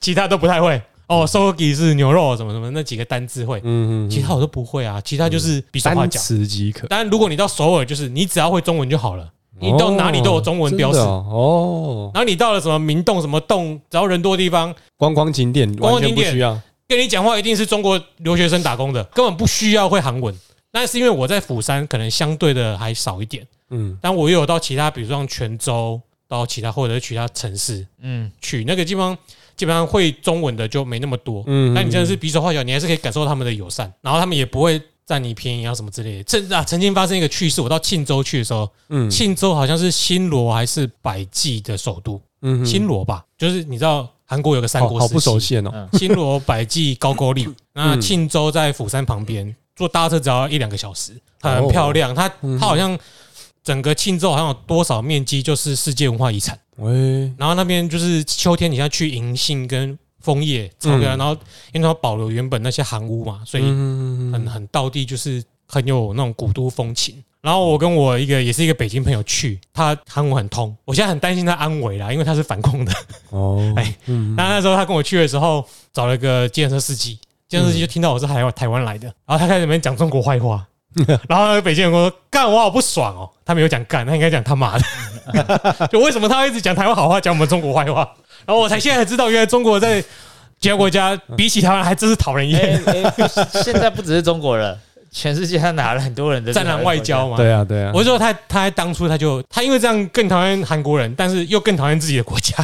Speaker 2: 其他都不太会。哦 s o g i 是牛肉什么什么那几个单字会，
Speaker 4: 嗯
Speaker 2: 其他我都不会啊，其他就是比手画
Speaker 4: 单
Speaker 2: 脚。
Speaker 4: 词即可。
Speaker 2: 当然，如果你到首尔，就是你只要会中文就好了，你到哪里都有中文标识
Speaker 4: 真的。哦。哦
Speaker 2: 然后你到了什么明洞、什么洞，只要人多的地方，
Speaker 4: 观光景点
Speaker 2: 光
Speaker 4: 完
Speaker 2: 景
Speaker 4: 全不
Speaker 2: 点
Speaker 4: 需要。
Speaker 2: 跟你讲话一定是中国留学生打工的，根本不需要会韩文。那是因为我在釜山可能相对的还少一点，
Speaker 4: 嗯
Speaker 2: 但我又有到其他，比如说像泉州，到其他或者是其他城市
Speaker 3: 嗯，
Speaker 2: 去，那个地方基本上会中文的就没那么多。
Speaker 4: 嗯
Speaker 2: 但你真的是比手画脚，你还是可以感受到他们的友善，然后他们也不会占你便宜啊什么之类的。甚至啊，曾经发生一个趣事，我到庆州去的时候，
Speaker 4: 嗯
Speaker 2: 庆州好像是新罗还是百济的首都，
Speaker 4: 嗯
Speaker 2: 新罗吧，就是你知道韩国有个三
Speaker 4: 好
Speaker 2: 国
Speaker 4: 好
Speaker 2: 时
Speaker 4: 不熟
Speaker 2: 期
Speaker 4: 悉哦。
Speaker 2: 新罗、百济、高句丽，那庆州在釜山旁边，坐搭车只要一两个小时，很漂亮。它它好像整个庆州好像有多少面积就是世界文化遗产，
Speaker 4: 喂，
Speaker 2: 然后那边就是秋天你要去银杏跟枫叶，超漂亮。然后因为它保留原本那些韩屋嘛，所以
Speaker 4: 嗯
Speaker 2: 很很道地，就是很有那种古都风情。然后我跟我一个也是一个北京朋友去，他韩文很通，我现在很担心他安危啦，因为他是反共的。
Speaker 4: 哦，
Speaker 2: 哎那那时候他跟我去的时候，找了个建设司机，建设
Speaker 4: 嗯
Speaker 2: 司机就听到我是台湾台湾来的，然后他开始在那边讲中国坏
Speaker 4: *laughs*
Speaker 2: 话，然后那个北京人跟我说干我好不爽哦，他没有讲干，他应该讲他妈的，
Speaker 4: *laughs*
Speaker 2: 就为什么他一直讲台湾好话，讲我们中国坏话，然后我才现在才知道，原来中国在其他国家比起台湾还真是讨人厌，
Speaker 3: 哎哎 *laughs* 现在不只是中国人，全世界上哪了很多 *laughs* 人的
Speaker 2: *laughs* 战狼外交？嘛。
Speaker 4: 对啊对啊。
Speaker 2: 我就说他，他当初他就他因为这样更讨厌韩国人，但是又更讨厌自己的国家，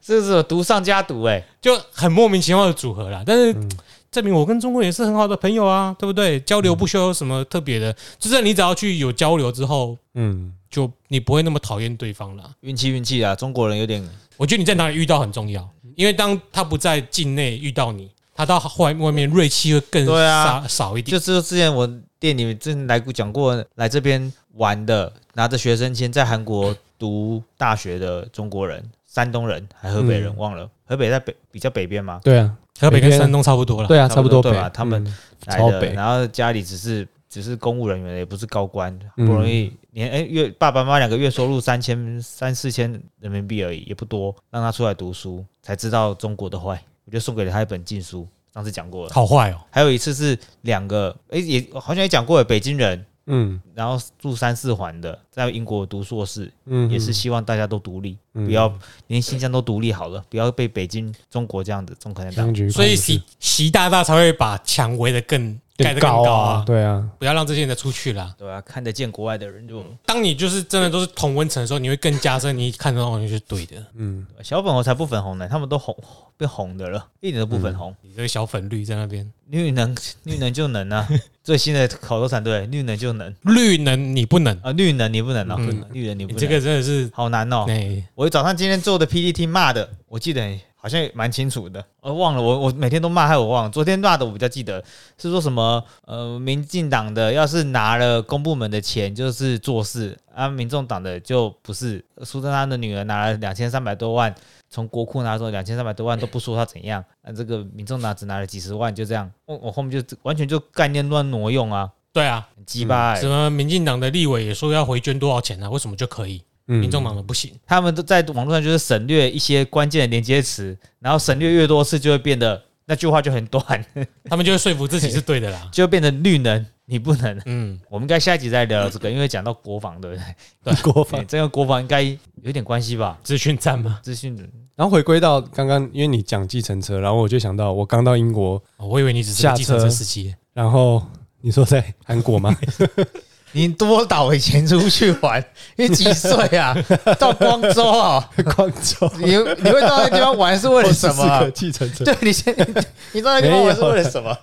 Speaker 3: 这是毒上加毒哎、
Speaker 2: 就很莫名其妙的组合啦。但是证明我跟中国也是很好的朋友啊，对不对？交流不需要有什么特别的，就是你只要去有交流之后，
Speaker 4: 嗯。
Speaker 2: 就你不会那么讨厌对方啦。
Speaker 3: 运气运气啊，中国人有点
Speaker 2: 我觉得你在哪里遇到很重要，因为当他不在境内遇到你，他到外外面锐气会更
Speaker 3: 对啊
Speaker 2: 少少一点。
Speaker 3: 就是之前我店里之前来过讲过，来这边玩的，拿着学生签在韩国读大学的中国人，山东人还河北人，
Speaker 4: 嗯
Speaker 3: 忘了河北在北比较北边嘛，
Speaker 4: 对啊，
Speaker 2: 河北跟
Speaker 4: 北边
Speaker 2: 山东差不多啦。
Speaker 4: 对啊，
Speaker 3: 差
Speaker 4: 差
Speaker 3: 不
Speaker 4: 不
Speaker 3: 多
Speaker 4: 多
Speaker 3: 对
Speaker 4: 北
Speaker 3: 吧他们
Speaker 4: 嗯
Speaker 3: 来
Speaker 4: 超
Speaker 3: 的，
Speaker 4: 北
Speaker 3: 然后家里只是只是公务人员，也不是高官，不
Speaker 4: 嗯
Speaker 3: 容易年哎月爸爸妈妈两个月收入三千三四千人民币而已，也不多，让他出来读书才知道中国的坏，我就送给了他一本禁书，上次讲过了。
Speaker 2: 好坏哦，
Speaker 3: 还有一次是两个哎也好像也讲过了，北京人，
Speaker 4: 嗯
Speaker 3: 然后住三四环的，在英国读硕士，
Speaker 4: 嗯，
Speaker 3: 也是希望大家都独立，
Speaker 4: 嗯
Speaker 3: 不要连新疆都独立好了，不要被北京、中国这样子中可能党
Speaker 4: 当。局控制，
Speaker 2: 所以习习大大才会把墙围得更盖得更
Speaker 4: 更
Speaker 2: 高
Speaker 4: 高
Speaker 2: 啊，
Speaker 4: 对啊，
Speaker 2: 不要让这些人再出去啦。
Speaker 3: 对啊，看得见国外的人就。
Speaker 2: 当你就是真的都是同温层的时候，你会更加深，你一看到哦东西是对的，
Speaker 4: 嗯，
Speaker 3: 小粉红才不粉红呢，他们都红变红的了，一点都不粉红。
Speaker 2: 你这个小粉绿在那边，
Speaker 3: 绿能绿能就能啊， *laughs* 最新的口头禅对，绿能就能
Speaker 2: 绿能你不能，
Speaker 3: 啊，绿能你不能啊，
Speaker 2: 嗯
Speaker 3: 绿能你不
Speaker 2: 你
Speaker 3: 能，
Speaker 2: 这个真的是
Speaker 3: 好难哦。
Speaker 2: 哎，
Speaker 3: 我早上今天做的 PPT 骂的，我记得好像也蛮清楚的，我忘了，我我每天都骂，害我忘了。昨天骂的我比较记得，是说什么呃，民进党的要是拿了公部门的钱就是做事，啊，民众党的就不是。苏贞昌的女儿拿了两千三百多万，从国库拿走两千三百多万都不说她怎样，啊，这个民众党只拿了几十万，就这样，我我后面就完全就概念乱挪用啊，
Speaker 2: 对啊，
Speaker 3: 很鸡巴、
Speaker 4: 哎
Speaker 3: 欸
Speaker 2: 什么民进党的立委也说要回捐多少钱啊？为什么就可以？
Speaker 4: 嗯
Speaker 2: 民众党的不行？
Speaker 3: 他们都在网络上就是省略一些关键的连接词，然后省略越多次，就会变得那句话就很短，。
Speaker 2: 他们就会说服自己是对的
Speaker 4: *laughs*
Speaker 2: 啦
Speaker 3: 就会变成绿能你不能。 *laughs*
Speaker 2: 嗯，
Speaker 3: 我们应该下一集再聊这个，因为讲到国防，
Speaker 4: *laughs*
Speaker 3: 对不对？
Speaker 4: 国防
Speaker 3: 对，这个国防应该有点关系吧？
Speaker 2: 资讯站吗？
Speaker 3: 资讯
Speaker 4: 然后回归到刚刚，因为你讲计程车，然后我就想到我刚到英国，
Speaker 2: 哦我以为你只是个
Speaker 4: 下
Speaker 2: 计程车
Speaker 4: 车
Speaker 2: 司机。
Speaker 4: 然后你说在韩国吗？
Speaker 3: 你多早以前出去玩？你几岁 *laughs* 啊？到光州啊、
Speaker 4: 广州
Speaker 3: 你你会到那地方玩 *laughs* 是为了什么啊、
Speaker 4: 个计程车？
Speaker 3: 对你先，你你到那地方玩是为了什么？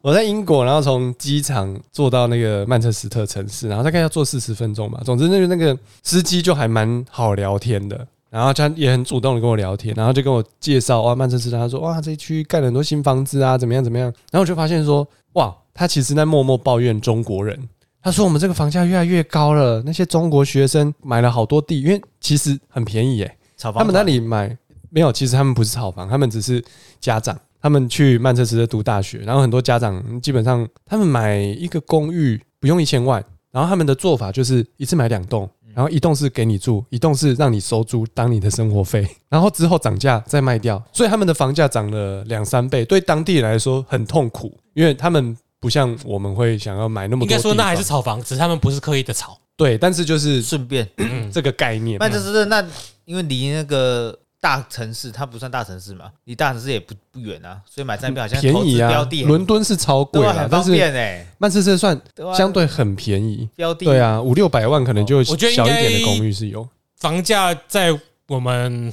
Speaker 4: 我在英国，然后从机场坐到那个曼彻斯特城市，然后大概要坐四十分钟吧。总之，那个那个司机就还蛮好聊天的，然后他也很主动的跟我聊天，然后就跟我介绍哇，曼彻斯特，他说哇，这一区盖了很多新房子啊，怎么样怎么样。然后我就发现说，哇，他其实在默默抱怨中国人。他说我们这个房价越来越高了，那些中国学生买了好多地，因为其实很便宜耶、
Speaker 3: 炒房
Speaker 4: 他们那里买没有，其实他们不是炒房，他们只是家长，他们去曼彻斯特读大学，然后很多家长基本上他们买一个公寓不用一千万，然后他们的做法就是一次买两栋，
Speaker 3: 嗯
Speaker 4: 然后一栋是给你住，一栋是让你收租当你的生活费，然后之后涨价再卖掉，所以他们的房价涨了两三倍，对当地人来说很痛苦，因为他们不像我们会想要买那么多
Speaker 2: 应
Speaker 4: 地
Speaker 2: 该
Speaker 4: 方，
Speaker 2: 说那还是炒房，只是他们不是刻意的炒。
Speaker 4: 对，但是就是
Speaker 3: 顺
Speaker 4: *laughs*
Speaker 3: 便
Speaker 4: 这个概念，啊
Speaker 3: 曼彻斯特嗯那因为离那个大城市，它不算大城市嘛，离大城市也不不远啊，所以买债票好像
Speaker 4: 便
Speaker 3: 投资
Speaker 4: 宜
Speaker 3: 标
Speaker 4: 啊
Speaker 3: 的，很
Speaker 4: 伦敦是超贵
Speaker 3: 对啊，
Speaker 4: 啊，
Speaker 3: 很
Speaker 4: 但
Speaker 3: 方
Speaker 4: 是。
Speaker 3: 便哎、
Speaker 4: 曼彻斯特算
Speaker 3: 对啊，
Speaker 4: 相对很便宜，
Speaker 3: 标的
Speaker 4: 对，啊，五六百万可能就
Speaker 2: 哦我觉得应
Speaker 4: 小
Speaker 2: 该
Speaker 4: 一点的公寓是有，
Speaker 2: 房价在我们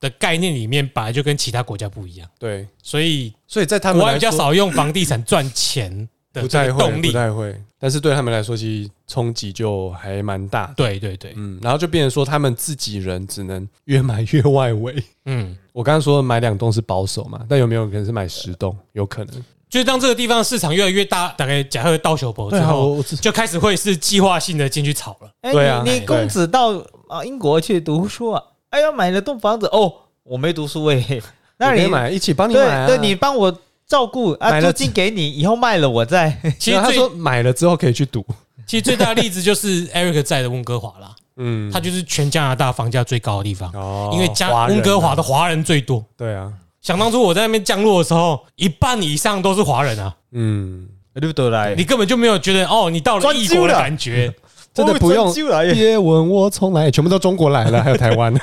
Speaker 2: 的概念里面本来就跟其他国家不一样，
Speaker 4: 对，
Speaker 2: 所以
Speaker 4: 所以在他
Speaker 2: 国
Speaker 4: 们
Speaker 2: 外
Speaker 4: 来
Speaker 2: 比较
Speaker 4: 说
Speaker 2: 少用房地产赚钱的
Speaker 4: 不
Speaker 2: 这
Speaker 4: 太
Speaker 2: 个
Speaker 4: 会，
Speaker 2: 动
Speaker 4: 不
Speaker 2: 力。
Speaker 4: 太会，但是对他们来说其实冲击就还蛮大的，
Speaker 2: 对对对，
Speaker 4: 嗯，然后就变成说他们自己人只能越买越外围。 *laughs*
Speaker 2: 嗯，
Speaker 4: 我刚刚说买两栋是保守嘛，但有没有可能是买十栋？有可能。
Speaker 2: 就是当这个地方市场越来越大，大概假设到球博之
Speaker 4: 对啊，
Speaker 2: 后，
Speaker 4: 我我自
Speaker 2: 就开始会是计划性的进去炒
Speaker 4: *laughs*
Speaker 2: 了。
Speaker 3: 哎、
Speaker 4: 对啊
Speaker 3: 你你
Speaker 4: 对
Speaker 3: 公子到啊英国去读书啊，哎呀，买了栋房子哦，我没读书哎、
Speaker 4: *laughs*
Speaker 3: 那
Speaker 4: 我可
Speaker 3: 你
Speaker 4: 以买，一起帮你买啊。
Speaker 3: 对对，你帮我照顾啊，
Speaker 4: 买
Speaker 3: 租
Speaker 4: 了
Speaker 3: 金给你，以后卖了我
Speaker 4: *laughs*
Speaker 3: 再。
Speaker 2: 其
Speaker 4: 然
Speaker 2: 实
Speaker 4: 啊后他
Speaker 2: 最
Speaker 4: 说买了之后可以去赌，
Speaker 2: 其实最大的例子就是 Eric 在的温哥华啦，
Speaker 4: 嗯，
Speaker 2: 它就是全加拿大房价最高的地方，
Speaker 4: 哦
Speaker 2: 因为加
Speaker 4: 华人啊
Speaker 2: 温哥华的华人最多。
Speaker 4: 对啊，
Speaker 2: 想当初我在那边降落的时候，一半以上都是华人啊，
Speaker 4: 嗯，
Speaker 3: *laughs* 你得来
Speaker 2: 你根本就没有觉得哦，你到了异国的感觉。
Speaker 4: 哦真的不用
Speaker 3: 来
Speaker 4: 接吻我从来全部都中国来了，还有台
Speaker 3: *laughs*
Speaker 4: 湾。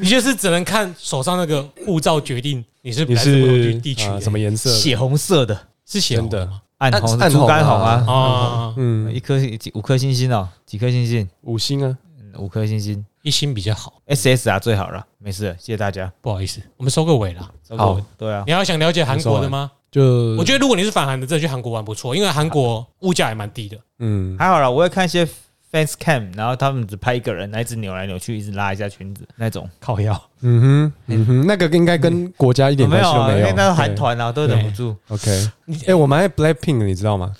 Speaker 2: 你就是只能看手上那个护照决定你是
Speaker 4: 你
Speaker 2: 来自某
Speaker 4: 是
Speaker 2: 地地区
Speaker 4: 啊
Speaker 2: 的
Speaker 4: 什么颜色的？
Speaker 3: *laughs* 血红色的，
Speaker 2: 是写
Speaker 4: 真的
Speaker 2: 吗？
Speaker 3: 暗
Speaker 4: 暗
Speaker 3: 红
Speaker 4: 暗
Speaker 3: 猪
Speaker 4: 红
Speaker 3: 肝
Speaker 4: 啊
Speaker 3: 红啊，
Speaker 2: 啊，
Speaker 4: 嗯
Speaker 3: 一，颗几五颗星星哦，几颗星星？
Speaker 4: 五星啊，
Speaker 3: 嗯五颗星星
Speaker 2: 一星比较好，
Speaker 3: ，SSR 最好了，没事，谢谢大家。
Speaker 2: 不好意思，我们收个尾啦。
Speaker 3: 收
Speaker 4: 好
Speaker 3: 购，对啊，
Speaker 2: 你要想了解韩国的吗？
Speaker 4: 就
Speaker 2: 我觉得如果你是反韩的，真的去韩国玩不错，因为韩国物价也蛮低的。
Speaker 4: 嗯，
Speaker 3: 还好啦，我会看一些 fans cam，然后他们只拍一个人，然后一直扭来扭去，一直拉一下裙子那种。
Speaker 2: 靠腰，
Speaker 4: 嗯哼，嗯哼，那个应该跟国家一点
Speaker 3: 没
Speaker 4: 关
Speaker 3: 有
Speaker 4: 系都
Speaker 3: 啊，
Speaker 4: 没
Speaker 3: 因
Speaker 4: 有
Speaker 3: 为，那是韩团啊，都忍不住。
Speaker 4: 对。OK，哎，我蛮爱 Blackpink，你知道
Speaker 3: 哎
Speaker 4: 吗？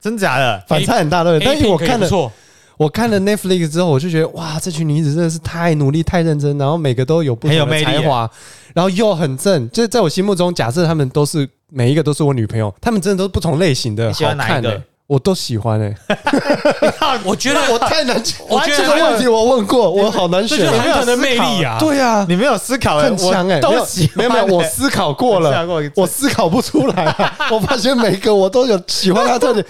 Speaker 3: 真假的？
Speaker 4: 反差很大，
Speaker 3: 哎
Speaker 4: 对不对？但因为我看
Speaker 2: 不
Speaker 4: 了
Speaker 2: 错，
Speaker 4: 我看了 Netflix 之后，我就觉得哇，这群女子真的是太努力、太认真，然后每个都有不
Speaker 3: 很有
Speaker 4: 同
Speaker 3: 魅
Speaker 4: 的
Speaker 3: 力
Speaker 4: 才华，然后又很正。就是在我心目中，假设她们都是每一个都是我女朋友，她们真的都是不同类型的，
Speaker 3: 你喜欢
Speaker 4: 好看
Speaker 3: 哪一个
Speaker 4: 欸我都喜欢哎、
Speaker 2: 我觉得
Speaker 4: *laughs* 我太难选，
Speaker 2: 我觉得
Speaker 4: 这个问题我问过，我好难
Speaker 2: 这
Speaker 4: 选
Speaker 2: 就是
Speaker 4: 哦。
Speaker 2: 韩团的魅力啊！
Speaker 4: 对啊，
Speaker 3: 你没有思考欸，
Speaker 4: 很强哎、
Speaker 3: 我都喜
Speaker 4: 没有没有，
Speaker 3: 欢
Speaker 4: 没有我
Speaker 3: 欸
Speaker 4: 思考过
Speaker 3: 我思考
Speaker 4: 了
Speaker 3: 过一，次
Speaker 4: 我思考不出来、啊， *laughs* 我发现每个我都有喜欢他的特点。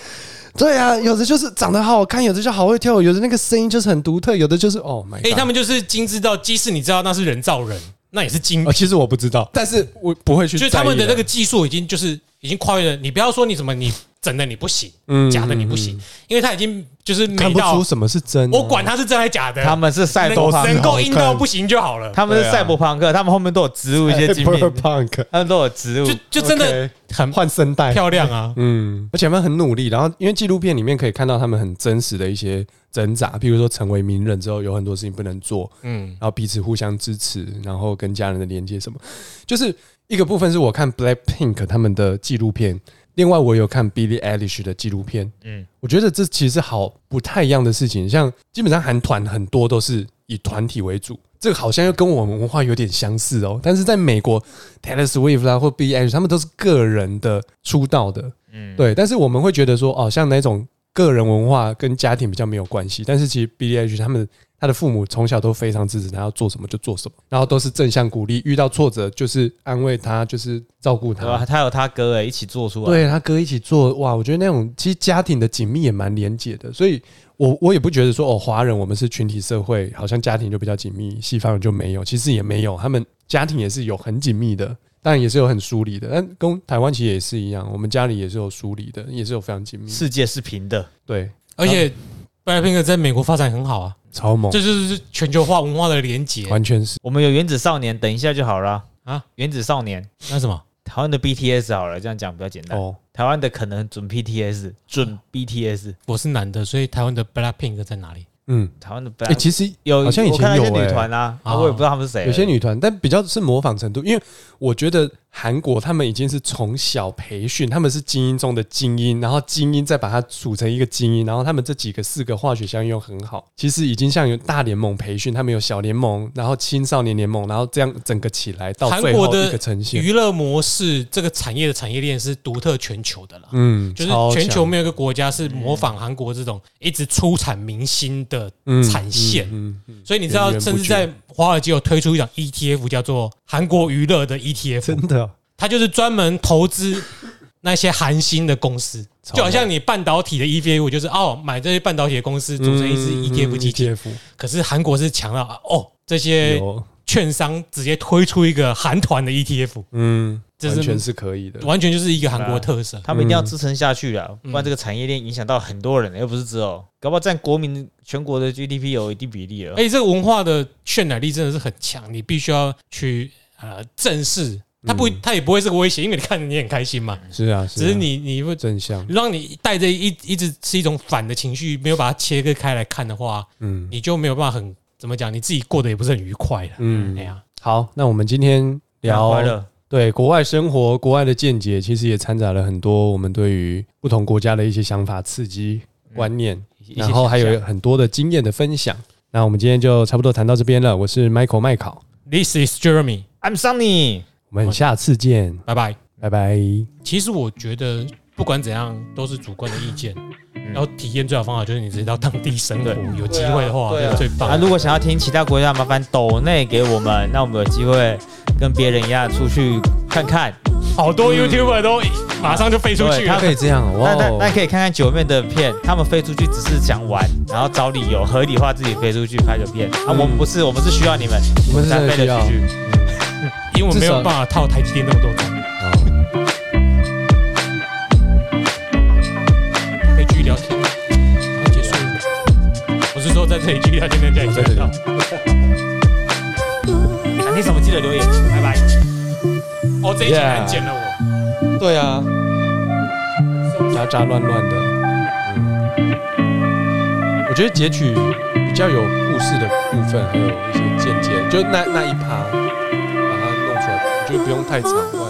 Speaker 4: 对啊，有的就是长得好好看，有的就好会跳舞，有的那个声音就是很独特，有的就是哦 my god。
Speaker 2: 哎，他们就是精致到，即使你知道那是人造人，那也是精
Speaker 4: 哦，其实我不知道，但是我不会去在
Speaker 2: 就
Speaker 4: 意，
Speaker 2: 是他们的那个技术已经就是已经跨越了。你不要说你什么你整的你不行，
Speaker 4: 嗯
Speaker 2: 假的你不行，因为他已经就是
Speaker 4: 看
Speaker 2: 美
Speaker 4: 不
Speaker 2: 到
Speaker 4: 出什么是真、啊
Speaker 2: 我管，他是真还假的，
Speaker 3: 他们是赛博
Speaker 2: 能
Speaker 3: 朋
Speaker 2: 能
Speaker 3: 克，
Speaker 2: 够硬到不行就好了。
Speaker 3: 他们是赛博朋克，他们后面都有植入一
Speaker 4: 啊
Speaker 3: 些精品，
Speaker 4: punk
Speaker 3: 他们都有植入
Speaker 2: 就。就真的
Speaker 4: OK
Speaker 2: 很
Speaker 4: 换声带，
Speaker 2: 漂亮啊！
Speaker 4: 嗯，而且他们很努力，然后因为纪录片里面可以看到他们很真实的一些挣扎，譬如说成为名人之后有很多事情不能做，
Speaker 2: 嗯，
Speaker 4: 然后彼此互相支持，然后跟家人的连接什么，就是一个部分是我看 Blackpink 他们的纪录片，另外我有看 Billie Eilish 的纪录片，嗯
Speaker 3: 嗯，
Speaker 4: 我觉得这其实是好不太一样的事情，像基本上韩团很多都是以团体为主。这个好像又跟我们文化有点相似哦，但是在美国，Taylor Swift 啦、或 B. H. 他们都是个人的出道的，
Speaker 3: 嗯，
Speaker 4: 对，但是我们会觉得说，哦，像那种个人文化跟家庭比较没有关系，但是其实 B D H 他们他的父母从小都非常支持他，要做什么就做什么，然后都是正向鼓励，遇到挫折就是安慰他，就是照顾
Speaker 3: 对吧？
Speaker 4: 他。
Speaker 3: 他有他哥哎，一起做出来。
Speaker 4: 对他哥一起做，哇，我觉得那种其实家庭的紧密也蛮连结的，所以我我也不觉得说哦，华人我们是群体社会，好像家庭就比较紧密，西方人就没有，其实也没有，他们家庭也是有很紧密的，当然也是有很疏离的，但跟台湾其实也是一样，我们家里也是有疏离的，也是有非常紧密的。
Speaker 3: 世界是平的，
Speaker 4: 对，
Speaker 2: 而且 BLACKPINK 在美国发展很好啊，
Speaker 4: 超猛，
Speaker 2: 这就是全球化文化的连结。
Speaker 4: 哦完全是。
Speaker 3: 我们有原子少年，等一下就好了
Speaker 2: 啊
Speaker 3: 啊。原子少年，
Speaker 2: 那什么，
Speaker 3: 台湾的 BTS 好了，这样讲比较简单。
Speaker 4: 哦，
Speaker 3: 台湾的可能准 BTS，准 BTS，
Speaker 2: 我是男的，所以台湾的 BLACKPINK 在哪里？
Speaker 4: 嗯，
Speaker 3: 台湾的
Speaker 4: 哎、
Speaker 3: 本来
Speaker 4: 其实
Speaker 3: 有
Speaker 4: 好像以前
Speaker 3: 我看到一些
Speaker 4: 有欸
Speaker 3: 女团啊，啊
Speaker 2: 啊
Speaker 3: 我也不知道他们是谁。
Speaker 4: 有些女团，但比较是模仿程度，因为我觉得韩国他们已经是从小培训，他们是精英中的精英，然后精英再把它组成一个精英，然后他们这几个四个化学相应又很好，其实已经像有大联盟培训，他们有小联盟，然后青少年联盟，然后这样整个起来到
Speaker 2: 韩
Speaker 4: 最
Speaker 2: 国
Speaker 4: 后
Speaker 2: 的
Speaker 4: 一个呈现，
Speaker 2: 娱乐模式这个产业的产业链是独特全球的啦。
Speaker 4: 嗯，
Speaker 2: 就是
Speaker 4: 超
Speaker 2: 全球
Speaker 4: 强
Speaker 2: 没有一个国家是模仿韩国这种一直出产明星的
Speaker 4: 嗯
Speaker 2: 产线，
Speaker 4: 嗯嗯嗯
Speaker 2: 所以你知道
Speaker 4: 源，源不
Speaker 2: 甚至
Speaker 4: 绝
Speaker 2: 在华尔街有推出一档 ETF 叫做韩国娱乐的
Speaker 4: 真
Speaker 2: ETF，
Speaker 4: 的哦
Speaker 2: 它就是专门投资那些韩星的公司，
Speaker 4: 超
Speaker 2: 就好像你半导体的 ETF 就是哦买这些半导体的公司组成一支
Speaker 4: 嗯
Speaker 2: ETF 基金，
Speaker 4: ETF
Speaker 2: 可是韩国是强到哦这些
Speaker 4: 有
Speaker 2: 券商直接推出一个韩团的 ETF，
Speaker 4: 嗯，
Speaker 2: 这是
Speaker 4: 完全是啊可以的，
Speaker 2: 完全就是一个韩国特色。
Speaker 3: 他们一定
Speaker 4: 嗯
Speaker 3: 要支撑下去了，不然这个产业链影响到很多人，又不是只有，搞不好占国民全国的 GDP 有一定比例了。
Speaker 4: 哎
Speaker 2: 而且哎这个文化的渲染力真的是很强，你必须要去呃正视它不，它也不会是个威胁，因为你看你很开心嘛，
Speaker 4: 嗯是啊，
Speaker 2: 只是
Speaker 4: 啊
Speaker 2: 你你会
Speaker 4: 正向，
Speaker 2: 让你带着一一直是一种反的情绪，没有把它切割开来看的话，
Speaker 4: 嗯
Speaker 2: 你就没有办法很怎么讲，你自己过得也不是很愉快的。哎
Speaker 4: 嗯，
Speaker 2: 呀，
Speaker 4: 好，那我们今天
Speaker 3: 聊
Speaker 4: 聊
Speaker 3: 快乐，
Speaker 4: 对国外生活、国外的见解，其实也掺杂了很多我们对于不同国家的一些想法、刺激观念，然后还有很多的经验的分享。那我们今天就差不多谈到这边了。我是 Michael 麦考，
Speaker 2: This is Jeremy，
Speaker 3: I'm Sunny，
Speaker 4: 我们下次见，
Speaker 2: 拜拜。
Speaker 4: 拜拜。
Speaker 2: 其实我觉得不管怎样都是主观的意见，然后体验最好方法就是你直接到当地生活，
Speaker 3: 嗯对
Speaker 2: 有机会的话
Speaker 3: 对
Speaker 2: 那
Speaker 3: 啊
Speaker 2: 是最
Speaker 3: 啊，
Speaker 2: 棒的。
Speaker 3: 如果想要听其他国家，麻烦抖内给我们，那我们有机会跟别人一样出去看看。
Speaker 2: 好多 YouTuber 都马上就飞出去
Speaker 3: 嗯对
Speaker 2: 了
Speaker 3: 他。
Speaker 4: 可以这样
Speaker 3: 那
Speaker 4: 哇
Speaker 3: 那
Speaker 4: 哦
Speaker 3: 那可以看看九妹的片，他们飞出去只是想玩，然后找理由合理化自己飞出去拍个片。啊，我们不是，我们是需要你们，
Speaker 4: 我们是
Speaker 3: 才
Speaker 4: 真的
Speaker 3: 飞
Speaker 4: 需
Speaker 3: 得
Speaker 4: 要
Speaker 3: 出去。
Speaker 2: 因为我没有
Speaker 4: 至少
Speaker 2: 办法套台积电那么多单，
Speaker 3: 哦
Speaker 2: 可以继续聊天，然后结束。我是说在这里继续聊天，在这里
Speaker 4: 在这里
Speaker 2: 聊。
Speaker 3: 想听什啊么记得留言，拜拜。
Speaker 2: 哦，这一集难剪了我。
Speaker 4: 对啊，杂杂乱乱的。嗯，我觉得截取比较有故事的部分，还有一些间接，就那那一趴把它弄出来，就不用太长。